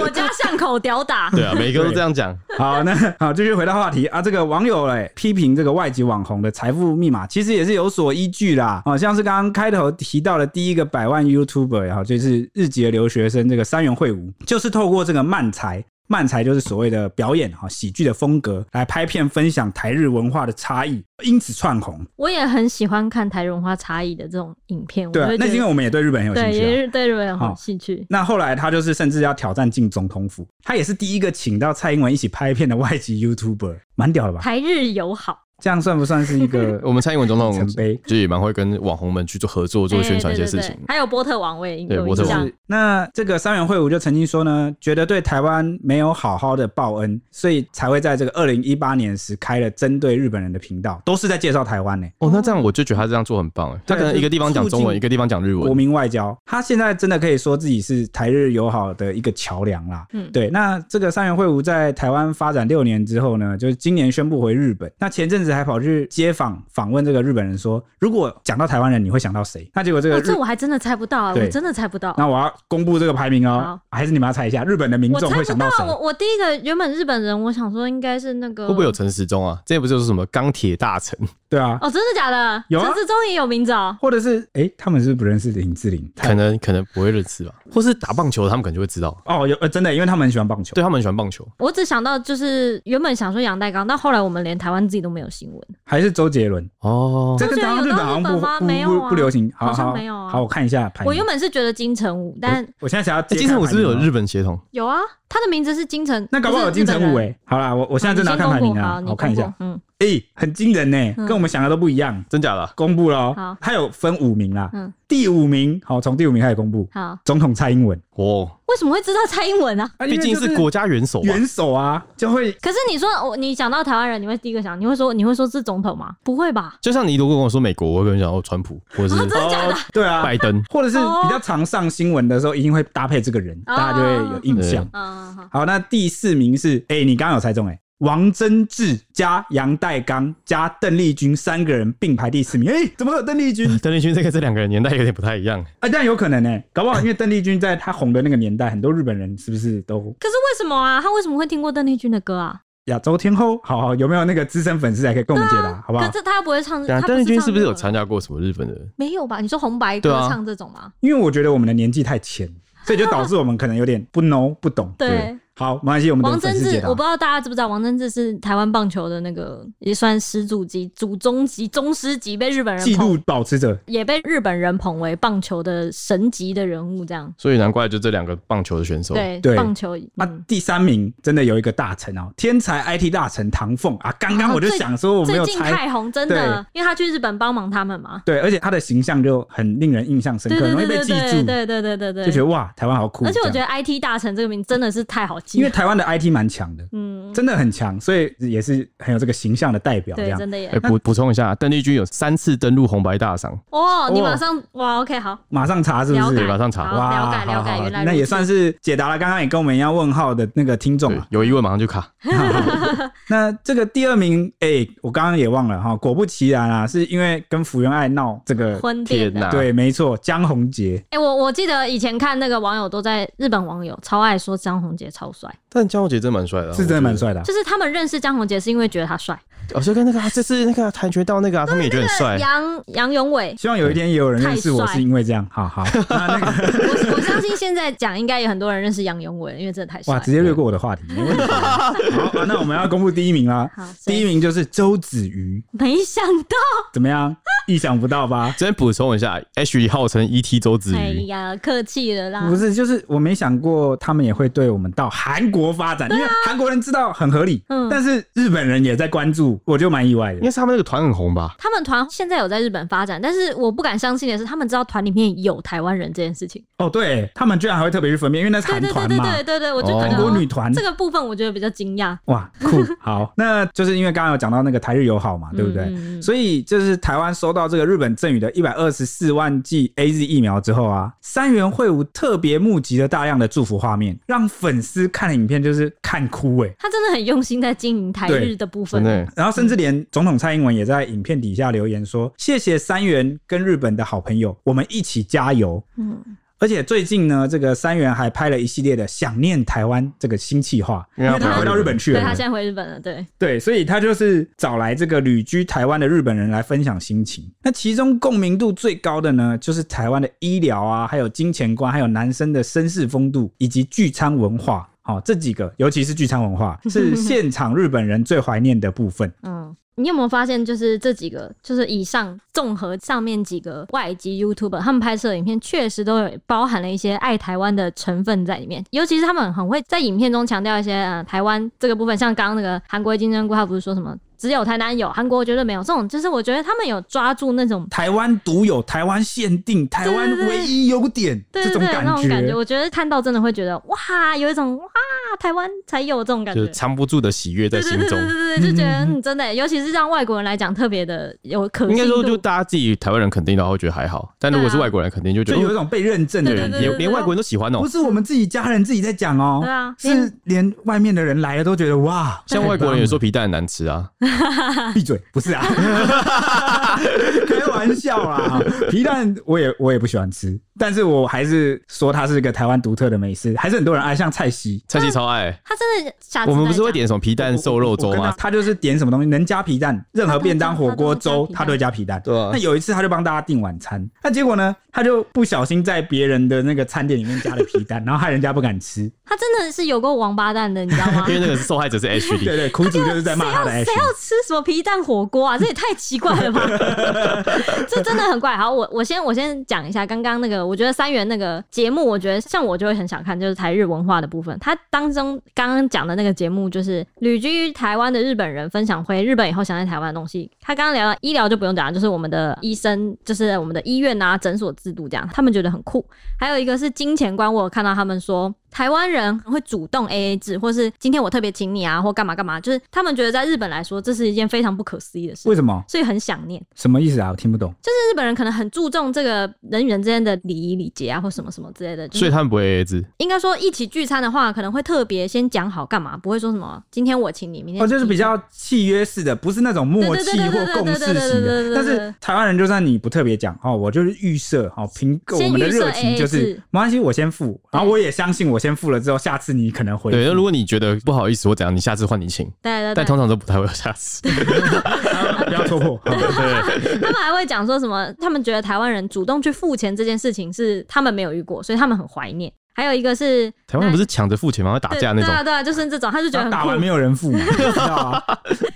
Speaker 1: 我家巷口屌打，
Speaker 2: 对啊，每个都这样讲。
Speaker 3: 好，那好，继续回到话题啊，这个网友嘞批评这个外籍网红的财富密码，其实也是有所依据啦。啊，像是刚刚开头提到的第一个百万 YouTuber，然后就是日籍的留学生这个三元会吾，就是透过这个漫才。漫才就是所谓的表演哈，喜剧的风格来拍片，分享台日文化的差异，因此窜红。
Speaker 1: 我也很喜欢看台融花差异的这种影片。
Speaker 3: 对、
Speaker 1: 我
Speaker 3: 啊
Speaker 1: 会，觉
Speaker 3: 那是因为
Speaker 1: 得
Speaker 3: 我们也对日本很有兴趣、啊。
Speaker 1: 对，也是对日本人很
Speaker 3: 好
Speaker 1: 有兴趣。
Speaker 3: 那后来他就是甚至要挑战进总统府，他也是第一个请到蔡英文一起拍片的外籍 YouTuber，蛮屌的吧？
Speaker 1: 台日友好，
Speaker 3: 这样算不算是一个
Speaker 2: 我们蔡英文总统
Speaker 3: 里程碑
Speaker 2: 就也蛮会跟网红们去做合作、做宣传一些事
Speaker 1: 哎对
Speaker 2: 情
Speaker 1: 对对。还有波特王我也
Speaker 2: 对
Speaker 1: 有
Speaker 2: 波
Speaker 1: 印
Speaker 2: 特王
Speaker 1: 象
Speaker 3: 是，那这个三元会武就曾经说呢，觉得对台湾没有好好的报恩，所以才会在这个二零一八年时开了针对日本人的频道，都是在介绍台湾呢、
Speaker 2: 哦，那这样我就觉得他这样做很棒哎。他可能一个地方讲中
Speaker 3: 促
Speaker 2: 文，
Speaker 3: 进
Speaker 2: 一个地方讲日
Speaker 3: 国
Speaker 2: 文。
Speaker 3: 民外交，他现在真的可以说自己是台日友好的一个桥梁啦。
Speaker 1: 嗯
Speaker 3: 对。那这个三元会晤在台湾发展六年之后呢，就是今年宣布回日本。那前阵子还跑去街访访问这个日本人说，如果讲到台湾人，你会想到谁？那结果这个
Speaker 1: 哦，
Speaker 3: 日
Speaker 1: 这，我还真的猜不到啊，
Speaker 3: 对
Speaker 1: 我真的猜不到。
Speaker 3: 那我要公布这个排名哦
Speaker 1: 好，
Speaker 3: 还是你们要猜一下日本的民
Speaker 1: 我
Speaker 3: 众
Speaker 1: 猜
Speaker 3: 会
Speaker 1: 不
Speaker 3: 想到谁
Speaker 1: 到，？我我第一个原本日本人，我想说应该是那个
Speaker 2: 会不会有陈时中啊？这不就是什么钢铁大臣？
Speaker 3: 对啊，
Speaker 1: 哦，真的假的？
Speaker 3: 有啊
Speaker 1: 陈志忠也有名字哦。
Speaker 3: 或者是哎，他们是不是不认识林志玲？
Speaker 2: 可能可能不会认识吧，或是打棒球的他们可能就会知道。
Speaker 3: 哦，有呃，真的，因为他们很喜欢棒球。
Speaker 2: 对他们很喜欢棒球，
Speaker 1: 我只想到就是原本想说杨代刚，但后来我们连台湾自己都没有新闻。
Speaker 3: 还是周杰伦？
Speaker 2: 哦，
Speaker 3: 这个
Speaker 1: 周杰
Speaker 3: 台
Speaker 1: 伦有
Speaker 3: 湾日本
Speaker 1: 到
Speaker 3: 好像
Speaker 1: 日本吗
Speaker 3: 不
Speaker 1: 没
Speaker 3: 不
Speaker 1: 有
Speaker 3: 不
Speaker 1: 啊
Speaker 3: 不流行，好
Speaker 1: 好像
Speaker 3: 好
Speaker 1: 没有啊
Speaker 3: 好，我看一下排名。
Speaker 1: 我原本是觉得金城武，但
Speaker 3: 哎我现在想要
Speaker 2: 哎，
Speaker 3: 接
Speaker 2: 金城武是不是有
Speaker 3: 看排名哦
Speaker 2: 日本血统？
Speaker 1: 有啊，他的名字是金城，
Speaker 3: 那搞不好有
Speaker 1: 是日
Speaker 3: 金
Speaker 1: 本
Speaker 3: 城武
Speaker 1: 人
Speaker 3: 哎。好啦，我我现在正在看排名
Speaker 1: 好
Speaker 3: 啊
Speaker 1: 你，先公布好嗯
Speaker 3: 我看一下
Speaker 1: 你，公布
Speaker 3: 哎，很惊人呢，
Speaker 1: 嗯
Speaker 3: 跟我们想的都不一样。
Speaker 2: 真假的？啊
Speaker 3: 公布了，
Speaker 1: 好
Speaker 3: 它有分五名啦
Speaker 1: 嗯，
Speaker 3: 第五名，好，从第五名开始公布，
Speaker 1: 嗯，好，
Speaker 3: 总统蔡英文，
Speaker 2: 哦，
Speaker 1: 为什么会知道蔡英文啊？
Speaker 3: 啊
Speaker 2: 毕竟是国家元首啊。
Speaker 3: 元首啊，就会
Speaker 1: 可是你说我，你想到台湾人，你会第一个想，你会说你会说是总统吗？不会吧？
Speaker 2: 就像你如果跟我说美国，我会跟你讲哦，川普或者是
Speaker 1: 真的假的
Speaker 3: 哦对啊，
Speaker 2: 拜登。
Speaker 3: 或者是比较常上新闻的时候，一定会搭配这个人，
Speaker 1: 哦
Speaker 3: 大家就会有印象。
Speaker 1: 嗯，好
Speaker 3: 好，那第四名是，哎、你刚刚有猜中哎、王贞治加杨代刚加邓丽君三个人并排第四名，哎、怎么会有邓丽君？
Speaker 2: 邓丽君这个这两个人年代有点不太一样，
Speaker 3: 啊，但有可能呢、搞不好因为邓丽君在她红的那个年代，很多日本人是不是都
Speaker 1: 可是为什么啊？他为什么会听过邓丽君的歌啊？
Speaker 3: 亚洲天后？好好，有没有那个资深粉丝还可以跟我们解答，好不好
Speaker 1: 啊可？是他又不会唱，
Speaker 2: 对啊，
Speaker 1: 他
Speaker 2: 邓丽君是不是有
Speaker 1: 唱
Speaker 2: 参
Speaker 1: 日文？
Speaker 2: 加过什么日本的？
Speaker 1: 没有吧？你说红白
Speaker 2: 对
Speaker 1: 歌
Speaker 2: 啊
Speaker 1: 唱这种吗？
Speaker 3: 因为我觉得我们的年纪太浅，所以就导致我们可能有点不 know 不懂。
Speaker 1: 对，
Speaker 3: 好，没关系，我们
Speaker 1: 王
Speaker 3: 等粉
Speaker 1: 贞
Speaker 3: 丝
Speaker 1: 治
Speaker 3: 啊解，答
Speaker 1: 我不。知道大家知不知道，王贞治是台湾棒球的那个也算始祖级、祖宗级、宗师级，被日本人
Speaker 3: 记
Speaker 1: 捧，
Speaker 3: 录保持者，
Speaker 1: 也被日本人捧为棒球的神级的人物，这样。
Speaker 2: 所以难怪就这两个棒球的选手，
Speaker 1: 对，
Speaker 3: 对
Speaker 1: 棒球。
Speaker 3: 啊
Speaker 1: 嗯，
Speaker 3: 第三名真的有一个大臣哦，天才 IT 大臣唐凤啊！刚刚
Speaker 1: 啊
Speaker 3: 我就
Speaker 1: 最
Speaker 3: 想说我没
Speaker 1: 最
Speaker 3: 有
Speaker 1: 近
Speaker 3: 猜，
Speaker 1: 太红，真的，因为他去日本帮忙他们嘛。
Speaker 3: 对，而且他的形象就很令人印象深
Speaker 1: 对
Speaker 3: 刻，
Speaker 1: 对
Speaker 3: 容易
Speaker 1: 对
Speaker 3: 被
Speaker 1: 对
Speaker 3: 记
Speaker 1: 对
Speaker 3: 住，
Speaker 1: 对对对对对，
Speaker 3: 就觉得哇，台湾好酷。
Speaker 1: 而且我
Speaker 3: 这
Speaker 1: 觉
Speaker 3: 样
Speaker 1: 得 IT 大臣这个名字真的是太好记
Speaker 3: 因为
Speaker 1: 了，
Speaker 3: 台湾的 IT 蛮强的，
Speaker 1: 嗯，
Speaker 3: 真的很强，所以也是很有这个形象的代表。这
Speaker 1: 对，
Speaker 3: 样
Speaker 1: 真的耶
Speaker 2: 哎，。补补充一下，邓丽君有三次登陆红白大赏，
Speaker 1: 哦，你
Speaker 3: 哦
Speaker 1: 马上哇，OK，好，
Speaker 3: 马上查是不
Speaker 1: 了
Speaker 3: 是
Speaker 1: 解
Speaker 2: 对，？马上查。
Speaker 1: 好了解了解
Speaker 3: 好好
Speaker 1: 原来如此
Speaker 3: 那也算是解答了刚刚也跟我们一样问号的那个听众
Speaker 2: 对
Speaker 3: 啊。，
Speaker 2: 有疑问马上就卡。
Speaker 3: 那这个第二名，哎、我刚刚也忘了哈，果不其然啊，是因为跟福原爱闹这个，
Speaker 1: 婚店
Speaker 2: 天哪
Speaker 1: 的。
Speaker 3: 对，没错，江宏杰。
Speaker 1: 哎，我我记得以前看那个网友都在日本网友超爱说张宏杰超帅，
Speaker 2: 但江宏杰真蛮帅的啊，
Speaker 3: 是真的蛮帅的啊、
Speaker 1: 就是他们认识江宏杰是因为觉得他帅，
Speaker 2: 我就跟那个啊这次那个啊跆拳道那个啊，他们也觉得很
Speaker 3: 哎
Speaker 2: 帅。
Speaker 1: 杨杨永伟。
Speaker 3: 希望有一天也有人认识我
Speaker 1: 太帅
Speaker 3: 是因为这样，好好，那那个
Speaker 1: 我我相信现在讲应该有很多人认识杨永伟，因为真的太帅
Speaker 3: 哇，
Speaker 1: 了。
Speaker 3: 直接略过我的话题，没问题。好，那我们要公布第一名啦
Speaker 1: 好，
Speaker 3: 第一名就是周子瑜，
Speaker 1: 没想到，
Speaker 3: 怎么样？意想不到吧？
Speaker 2: 这边补充一下，H 号称 ET 周子
Speaker 1: 哎
Speaker 2: 瑜，
Speaker 1: 呀，客气了啦
Speaker 3: 不。是，就是我没想过他们也会对我们到韩国发展，因为韩国人知道很合理，
Speaker 1: 啊嗯
Speaker 3: 但是日本人也在关注，我就蛮意外
Speaker 2: 应该
Speaker 3: 的。
Speaker 2: 是他们那个团很红吧？
Speaker 1: 他们团现在有在日本发展，但是我不敢相信的是，他们知道团里面有台湾人这件事情。
Speaker 3: 哦，对他们居然还会特别去分辨，因为那是
Speaker 1: 对
Speaker 3: 韩
Speaker 1: 对对
Speaker 3: 团
Speaker 1: 对
Speaker 3: 嘛，
Speaker 1: 对对对，我就觉
Speaker 2: 哦
Speaker 1: 得
Speaker 3: 韩国女团啊
Speaker 1: 这。个部分我觉得比较惊讶。
Speaker 3: 哇， 酷！好，那就是因为刚刚有讲到那个台日友好嘛，对不对？
Speaker 1: 嗯嗯嗯
Speaker 3: 所以就是台湾收到这个日本赠予的一百二十四万剂 A Z 疫苗之后啊，三元会晤特别募集了大量的祝福画面，让粉丝看了影片就是看哭哎、
Speaker 1: 他真的很用心在经营台日的部分
Speaker 2: 真。的，
Speaker 3: 然后甚至连总统蔡英文也在影片底下留言说：“谢谢三元跟日本的好朋友，我们一起加油。”
Speaker 1: 嗯，
Speaker 3: 而且最近呢，这个三元还拍了一系列的想念台湾这个新企划，
Speaker 2: 因
Speaker 3: 因
Speaker 2: 为
Speaker 3: 为
Speaker 2: 他
Speaker 3: 他回到日本去
Speaker 1: 对
Speaker 3: 了
Speaker 1: 他
Speaker 3: 嘛
Speaker 1: 现。在回日本了，对，
Speaker 3: 对，所以他就是找来这个旅居台湾的日本人来分享心情。那其中共鸣度最高的呢，就是台湾的医疗啊，还有金钱观，还有男生的绅士风度，以及聚餐文化。好、这几个，尤其是聚餐文化， 是现场日本人最怀念的部分。
Speaker 1: 嗯。你有没有发现，就是这几个，就是以上综合上面几个外籍 YouTuber，他们拍摄的影片确实都有包含了一些爱台湾的成分在里面，尤其是他们很会在影片中强调一些呃台湾这个部分，像刚刚那个韩国金针菇，他不是说什么只有台南有，韩国绝对没有这种，就是我觉得他们有抓住那种
Speaker 3: 台湾独有、台湾限定、台湾唯一优点
Speaker 1: 对对
Speaker 3: 这种
Speaker 1: 对那种感
Speaker 3: 觉
Speaker 1: 觉，。我觉得看到真的会觉得哇，有一种哇台湾才有这种感
Speaker 2: 就
Speaker 1: 觉
Speaker 2: 是。藏不住的喜悦在
Speaker 1: 对
Speaker 2: 心
Speaker 1: 对对
Speaker 2: 中
Speaker 1: 对。对对，就觉得嗯，真的，尤其是让外国人来讲，特别的有可
Speaker 2: 应该
Speaker 1: 信
Speaker 2: 说，就
Speaker 1: 度。啊
Speaker 2: 大家自己台湾人肯定的话，会觉得还好，但如果是外国人，肯定就觉
Speaker 3: 就
Speaker 2: 得
Speaker 3: 有一
Speaker 2: 哦
Speaker 3: 种被认证的
Speaker 1: 对
Speaker 3: 感
Speaker 1: 对
Speaker 3: 觉，
Speaker 1: 对
Speaker 2: 连连外国人都喜欢哦
Speaker 3: 不。是我们自己家人自己在讲哦，
Speaker 1: 对啊
Speaker 3: 是连外面的人来了都觉得哇，
Speaker 2: 像外国人也说皮蛋很难吃啊，
Speaker 3: 闭嘴，不是啊，开玩笑啦，皮蛋我也我也不喜欢吃，但是我还是说它是一个台湾独特的美食，还是很多人爱，像菜西。
Speaker 2: 蔡
Speaker 1: 啊
Speaker 2: 奇超爱。
Speaker 1: 他真的下次
Speaker 2: 我们不是
Speaker 1: 再
Speaker 2: 会
Speaker 1: 讲
Speaker 2: 点什么皮蛋瘦肉粥
Speaker 3: 我跟他
Speaker 2: 吗？
Speaker 3: 他就是点什么东西能加皮蛋，任何便当、
Speaker 1: 他都会
Speaker 3: 火锅、粥，
Speaker 1: 他
Speaker 3: 哦他
Speaker 1: 都
Speaker 3: 都
Speaker 1: 会
Speaker 3: 会加皮蛋。
Speaker 2: 对啊
Speaker 3: 那有一次他就帮大家订晚餐，那结果呢，他就不小心在别人的那个餐点里面加了皮蛋，然后害人家不敢吃。
Speaker 1: 他真的是有够王八蛋的，你知道吗？
Speaker 2: 因
Speaker 1: 谁
Speaker 2: 为那个是受害者是 H
Speaker 3: 对
Speaker 2: D，
Speaker 3: 对，苦主就是在骂他的 H。
Speaker 1: 要吃什么皮蛋火锅啊？这也太奇怪了 吧！这真的很怪。好，我我先我先讲一下刚刚那个，我觉得三元那个节目，我觉得像我就会很想看，就是台日文化的部分。它当中刚刚讲的那个节目，就是旅居台湾的日本人分享回日本以后想在台湾的东西。他刚刚聊到医疗就不用讲了，就是我们的医生，就是我们的医院啊、诊所制度这样，他们觉得很酷。还有一个是金钱观，我有看到他们说。台湾人会主动 A A 制，或是今天我特别请你啊，或干嘛干嘛，就是他们觉得在日本来说，这是一件非常不可思议的事，
Speaker 3: 为什么？
Speaker 1: 所以很想念。
Speaker 3: 什么意思啊？我听不懂。
Speaker 1: 日本人可能很注重这个人与人之间的礼仪礼节啊，或什么什么之类的。就是
Speaker 2: 所以他们不会 A 字。
Speaker 1: 应该说一起聚餐的话，可能会特别先讲好干嘛，不会说什么今天我请你，明天
Speaker 3: 哦，就是
Speaker 1: 你请
Speaker 3: 比较契约式的，不是那种默
Speaker 1: 对
Speaker 3: 契
Speaker 1: 对对
Speaker 3: 或
Speaker 1: 对
Speaker 3: 共识
Speaker 1: 对对
Speaker 3: 型
Speaker 1: 对对对
Speaker 3: 的。但是台湾人就算你不特别讲哦，我就是预设哦，凭我们的热
Speaker 1: 先预
Speaker 3: 情
Speaker 1: 设
Speaker 3: 就是
Speaker 1: AA 制
Speaker 3: 没关系，我先付，然后我也相信我先付了之后，下次你可能会
Speaker 2: 对，那如果你觉得不好意思或怎样，你下次换你请，
Speaker 1: 对对
Speaker 2: 但
Speaker 1: 对。
Speaker 2: 通常都不太会有下 次。
Speaker 3: 不要戳破。好
Speaker 2: 对，
Speaker 1: 他们还会讲说什么，他们觉得台湾人主动去付钱这件事情是他们没有遇过，所以他们很怀念。还有一个是
Speaker 2: 台湾人不是抢着付钱吗？会打
Speaker 1: 对
Speaker 2: 架那
Speaker 1: 对啊
Speaker 2: 种。
Speaker 1: 对啊，就是这种，他就觉得
Speaker 3: 然
Speaker 1: 很
Speaker 3: 后
Speaker 1: 酷
Speaker 3: 打完没有人付嘛，你知道啊？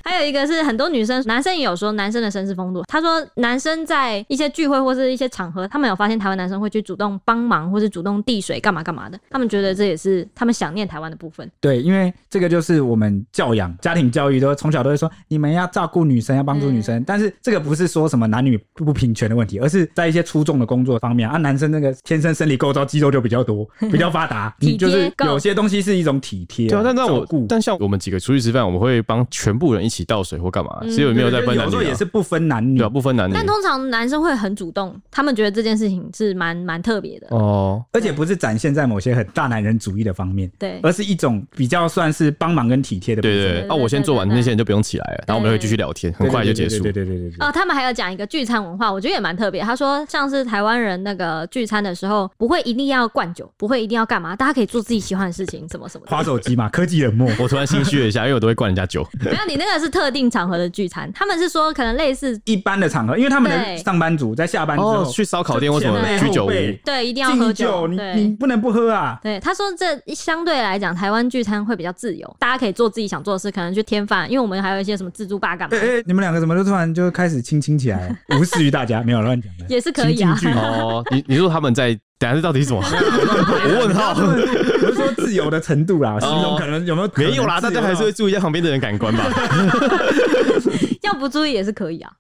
Speaker 1: 还有一个是很多女生，男生也有说男生的绅士风度。他说男生在一些聚会或是一些场合，他们有发现台湾男生会去主动帮忙或是主动递水干嘛干嘛的，他们觉得这也是他们想念台湾的部分。
Speaker 3: 对，因为这个就是我们教养、家庭教育都从小都会说，你们要照顾女生，要帮助女生。但是这个不是说什么男女不平权的问题，而是在一些出众的工作方面啊，男生那个天生生理构造肌肉就比较多，比较发达，
Speaker 1: 体贴
Speaker 3: 你就是
Speaker 1: 够
Speaker 3: 有些东西是一种体贴。
Speaker 2: 对啊，但但
Speaker 3: 照
Speaker 2: 我
Speaker 3: 顾
Speaker 2: 但像我们几个出去吃饭，我们会帮全部人一起倒水或干嘛，
Speaker 1: 嗯
Speaker 2: 所以我没有在分男
Speaker 3: 有时候
Speaker 2: 女
Speaker 3: 也
Speaker 2: 啊
Speaker 3: 是。不分男女
Speaker 2: 对啊，。不分男女
Speaker 1: 但。通常男生会很主动，他们觉得这件事情是蛮蛮特别的。
Speaker 2: 哦，
Speaker 3: 而且不是展现在某些很大男人主义的方面，
Speaker 1: 对，
Speaker 3: 而是一种比较算是帮忙跟体贴的部分。
Speaker 2: 对对
Speaker 1: 对
Speaker 2: 对，啊，我先做完，
Speaker 1: 对对对
Speaker 2: 那些人就不用起来了，然后我们就可以继续聊天，很快就结束
Speaker 3: 对。对对对对对。
Speaker 1: 哦，他们还有讲一个聚餐文化，我觉得也蛮特别。他说，像是台湾人那个聚餐的时候，不会一定要灌酒，不会会一定要干嘛，大家可以做自己喜欢的事情，什么什 么的。
Speaker 3: 划手机嘛，科技冷漠。
Speaker 2: 我突然心虚了一下，因为我都会灌人家酒。
Speaker 1: 没有，你那个是特定场合的聚餐，他们是说可能类似
Speaker 3: 一般的场合，因为他们
Speaker 1: 对
Speaker 3: 的上班族在下班之后、
Speaker 2: 哦，去烧烤店或什
Speaker 3: 前
Speaker 2: 么
Speaker 3: 辈
Speaker 2: 居酒
Speaker 3: 后
Speaker 2: 屋，
Speaker 3: 辈
Speaker 1: 对一定要喝
Speaker 3: 敬酒，你你
Speaker 1: 对。
Speaker 3: 不能不喝啊！
Speaker 1: 对，他说这相对来讲，台湾聚餐会比较自由，大家可以做自己想做的事，可能去添饭，因为我们还有一些什么自助吧干嘛
Speaker 3: 哎、，哎你们两个怎么就突然就开始亲亲起 来？无视于大家，没有乱讲的。
Speaker 1: 也是可以啊。
Speaker 3: 情境剧
Speaker 2: 哦，你你说他们在，等下这到底是什么？
Speaker 1: 啊
Speaker 2: 我问号，哦
Speaker 3: 我是说自由的程度啦，形容可能有没有可能
Speaker 2: 没有啦，大
Speaker 3: 自由啊
Speaker 2: 家还是会注意一下旁边的人感官 吧。
Speaker 1: 要不注意也是可以啊，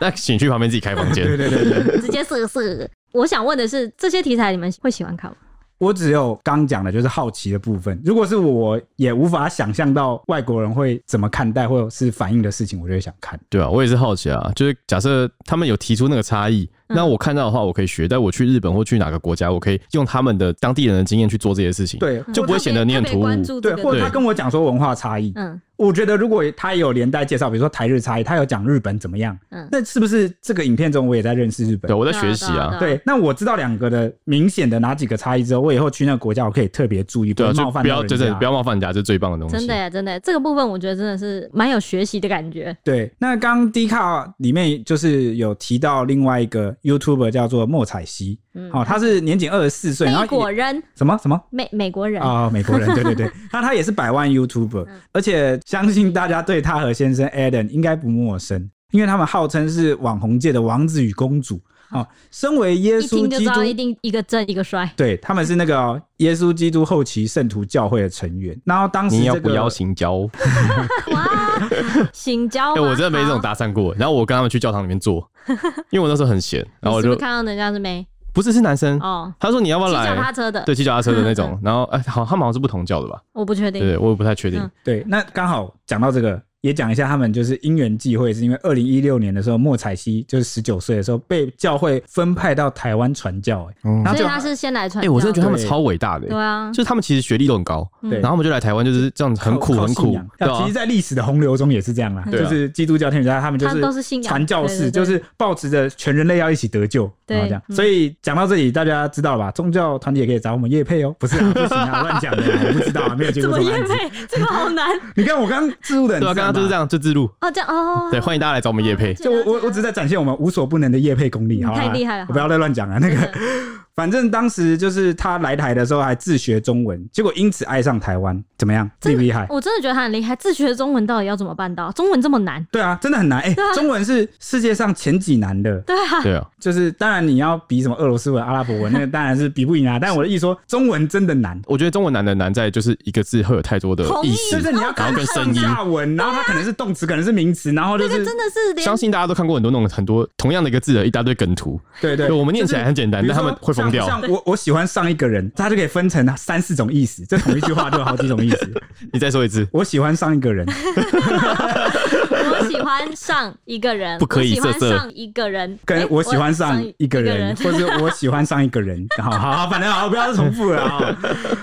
Speaker 2: 那请去旁边自己开房
Speaker 3: 对
Speaker 2: 间。
Speaker 3: 对对对，
Speaker 1: 直接射射。我想问的是，这些题材你们会喜欢看吗？
Speaker 3: 我只有刚讲的就是好奇的部分。如果是我也无法想象到外国人会怎么看待或者是反应的事情，我就会想看。
Speaker 2: 对啊，我也是好奇啊，就是假设他们有提出那个差异，
Speaker 1: 嗯
Speaker 2: 那我看到的话，我可以学；但我去日本或去哪个国家，我可以用他们的当地人的经验去做这些事情。，
Speaker 1: 嗯
Speaker 3: 对
Speaker 2: 就不会显得你很
Speaker 1: 特别特别
Speaker 2: 突兀
Speaker 1: 关注这个
Speaker 3: 对，或者
Speaker 1: 东
Speaker 3: 他
Speaker 1: 西
Speaker 3: 跟我讲说文化差异，
Speaker 1: 嗯，
Speaker 3: 我觉得如果他也有连带介绍，比如说台日差异，他有讲日本怎么样，
Speaker 1: 嗯
Speaker 3: 那是不是这个影片中我也在认识日本
Speaker 2: 对？我在学习
Speaker 1: 对啊对
Speaker 2: 啊
Speaker 1: 啊，
Speaker 3: 对，那我知道两个的明显的哪几个差异之后，我以后去那个国家，我可以特别注意，
Speaker 2: 对啊，
Speaker 3: 会
Speaker 2: 就
Speaker 3: 冒犯
Speaker 2: 不
Speaker 3: 到
Speaker 2: 要
Speaker 3: 人
Speaker 2: 就是
Speaker 3: 家
Speaker 2: 不要冒犯人家，这是最棒的东西。
Speaker 1: 真的耶，真的耶，这个部分我觉得真的是蛮有学习的感觉。
Speaker 3: 对，那刚刚 D 卡里面就是有提到另外一个 YouTuber 叫做莫彩希，
Speaker 1: 嗯
Speaker 3: 哦，他是年仅二十四岁，然后
Speaker 1: 美
Speaker 3: 也
Speaker 1: 国人，
Speaker 3: 什么什么
Speaker 1: 美美国人，
Speaker 3: 啊、美国人，对对 对，那他也是百万 YouTuber，、
Speaker 1: 嗯
Speaker 3: 而且相信大家对他和先生 Adam 应该不陌生，因为他们号称是网红界的王子与公主。哦，身为耶
Speaker 1: 一听
Speaker 3: 稣
Speaker 1: 就
Speaker 3: 基
Speaker 1: 知道一
Speaker 3: 督，
Speaker 1: 定一个正一个
Speaker 2: 哎
Speaker 1: 帅。
Speaker 3: 对他们是那个、哦耶稣基督后期圣徒教会的成员。然后当时
Speaker 2: 你要
Speaker 3: 这
Speaker 2: 不
Speaker 3: 个
Speaker 2: 要行交？
Speaker 1: 哇，醒交
Speaker 2: 哎，
Speaker 1: 吗？
Speaker 2: 我真的没这种搭讪过。然后我跟他们去教堂里 面坐，因为我那时候很闲，
Speaker 1: 好。
Speaker 2: 然后
Speaker 1: 哦你是
Speaker 2: 我
Speaker 1: 不
Speaker 2: 就是
Speaker 1: 看到人家是没？
Speaker 2: 不是是男生，
Speaker 1: 哦，
Speaker 2: 他说你要不要
Speaker 1: 骑脚
Speaker 2: 来
Speaker 1: 踏？车的，
Speaker 2: 对，骑脚踏车的 那种。然后哎，好，他们好像是不同教的吧？
Speaker 1: 我不确定。
Speaker 2: 对，我也不太确定
Speaker 1: 嗯。
Speaker 3: 对，那刚好讲到这个，也讲一下他们就是因缘际会，是因为二零一六年的时候，莫彩希就是十九岁的时候被教会分派到台湾传教、欸，
Speaker 2: 嗯
Speaker 3: 然后
Speaker 1: 所
Speaker 3: 就
Speaker 1: 以他是先来传
Speaker 2: 哎、
Speaker 1: 教。
Speaker 2: 我真的觉得他们
Speaker 3: 对
Speaker 2: 超伟大的、欸
Speaker 1: 对啊，
Speaker 2: 就是他们其实学历都很高，
Speaker 1: 嗯
Speaker 3: 对
Speaker 2: 然后他们就来台湾，就是这样子很苦
Speaker 3: 靠
Speaker 2: 很
Speaker 3: 信
Speaker 2: 苦
Speaker 3: 仰，
Speaker 2: 对啊
Speaker 3: 其实，，在历史的洪流中也是这样啦，
Speaker 2: 对啊
Speaker 3: 就是基督教天主教他们就
Speaker 1: 他们都是信仰
Speaker 3: 传教
Speaker 1: 对对对
Speaker 3: 士，就是抱持着全人类要一起得救，
Speaker 1: 对
Speaker 3: 然后这样。
Speaker 1: 嗯
Speaker 3: 所以讲到这里，大家知道了吧？宗教团体也可以找我们叶配哦，不是啊，不行 啊，乱讲的啊，我不知道啊，没有接
Speaker 1: 怎
Speaker 3: 过
Speaker 1: 么
Speaker 3: 这种
Speaker 1: 验
Speaker 3: 案子。
Speaker 1: 配？这个好难
Speaker 3: 你看我刚刚植入的很
Speaker 2: 对啊，
Speaker 3: 自
Speaker 2: 刚
Speaker 3: 然吧，
Speaker 2: 刚就是这样，就自录，
Speaker 1: 哦，这样哦。
Speaker 2: 对，欢迎大家来找我们叶配，
Speaker 3: 就我我我只是在展现我们无所不能的业配功力，
Speaker 1: 嗯
Speaker 3: 好吧
Speaker 1: 太厉害了
Speaker 3: 我不要再乱讲了。那
Speaker 1: 真
Speaker 3: 个，反正当时就是他来台的时候还自学中文，结果因此爱上台湾，怎么样？厉不厉害？
Speaker 1: 我真的觉得他很厉害，自学中文到底要怎么办到？中文这么难，
Speaker 3: 对啊，真的很难。哎、
Speaker 1: 对啊
Speaker 3: 中文是世界上前几难的，
Speaker 1: 对啊，
Speaker 2: 对啊，
Speaker 3: 就是当然你要比什么俄罗斯文、阿拉伯文， 那个当然是比不赢啊。但我的意思说，中文真的难，
Speaker 2: 我觉得中文难的难在就是一个字会有太多的
Speaker 1: 同意
Speaker 2: 意
Speaker 3: 就
Speaker 2: 思，
Speaker 3: 是你要
Speaker 2: 然后
Speaker 3: 看
Speaker 2: 跟声
Speaker 3: 上
Speaker 2: 音。
Speaker 3: 下文，然后它可能是动词，可能是名词，然后就
Speaker 1: 这个
Speaker 3: 是
Speaker 1: 真的是连
Speaker 2: 相信大家都看过很多那种很多同样的一个字的一大堆梗图，
Speaker 3: 对对
Speaker 2: 对我们念起来很简单，
Speaker 3: 比如
Speaker 2: 但他
Speaker 3: 说
Speaker 2: 们会疯掉。
Speaker 3: 像像我我喜欢上一个人，他就可以分成三四种意思，这同一句话就有好几种意 思。
Speaker 2: 你再说一次，
Speaker 3: 我喜欢上一个人，
Speaker 1: 我喜欢上一个人，
Speaker 2: 不可以
Speaker 1: 我喜欢
Speaker 2: 色色
Speaker 1: 上一个人，哎
Speaker 3: 跟我喜欢上一个
Speaker 1: 我
Speaker 3: 人，
Speaker 1: 喜
Speaker 3: 或者我喜欢上一个 人，好好好，反正好不要再重复了啊。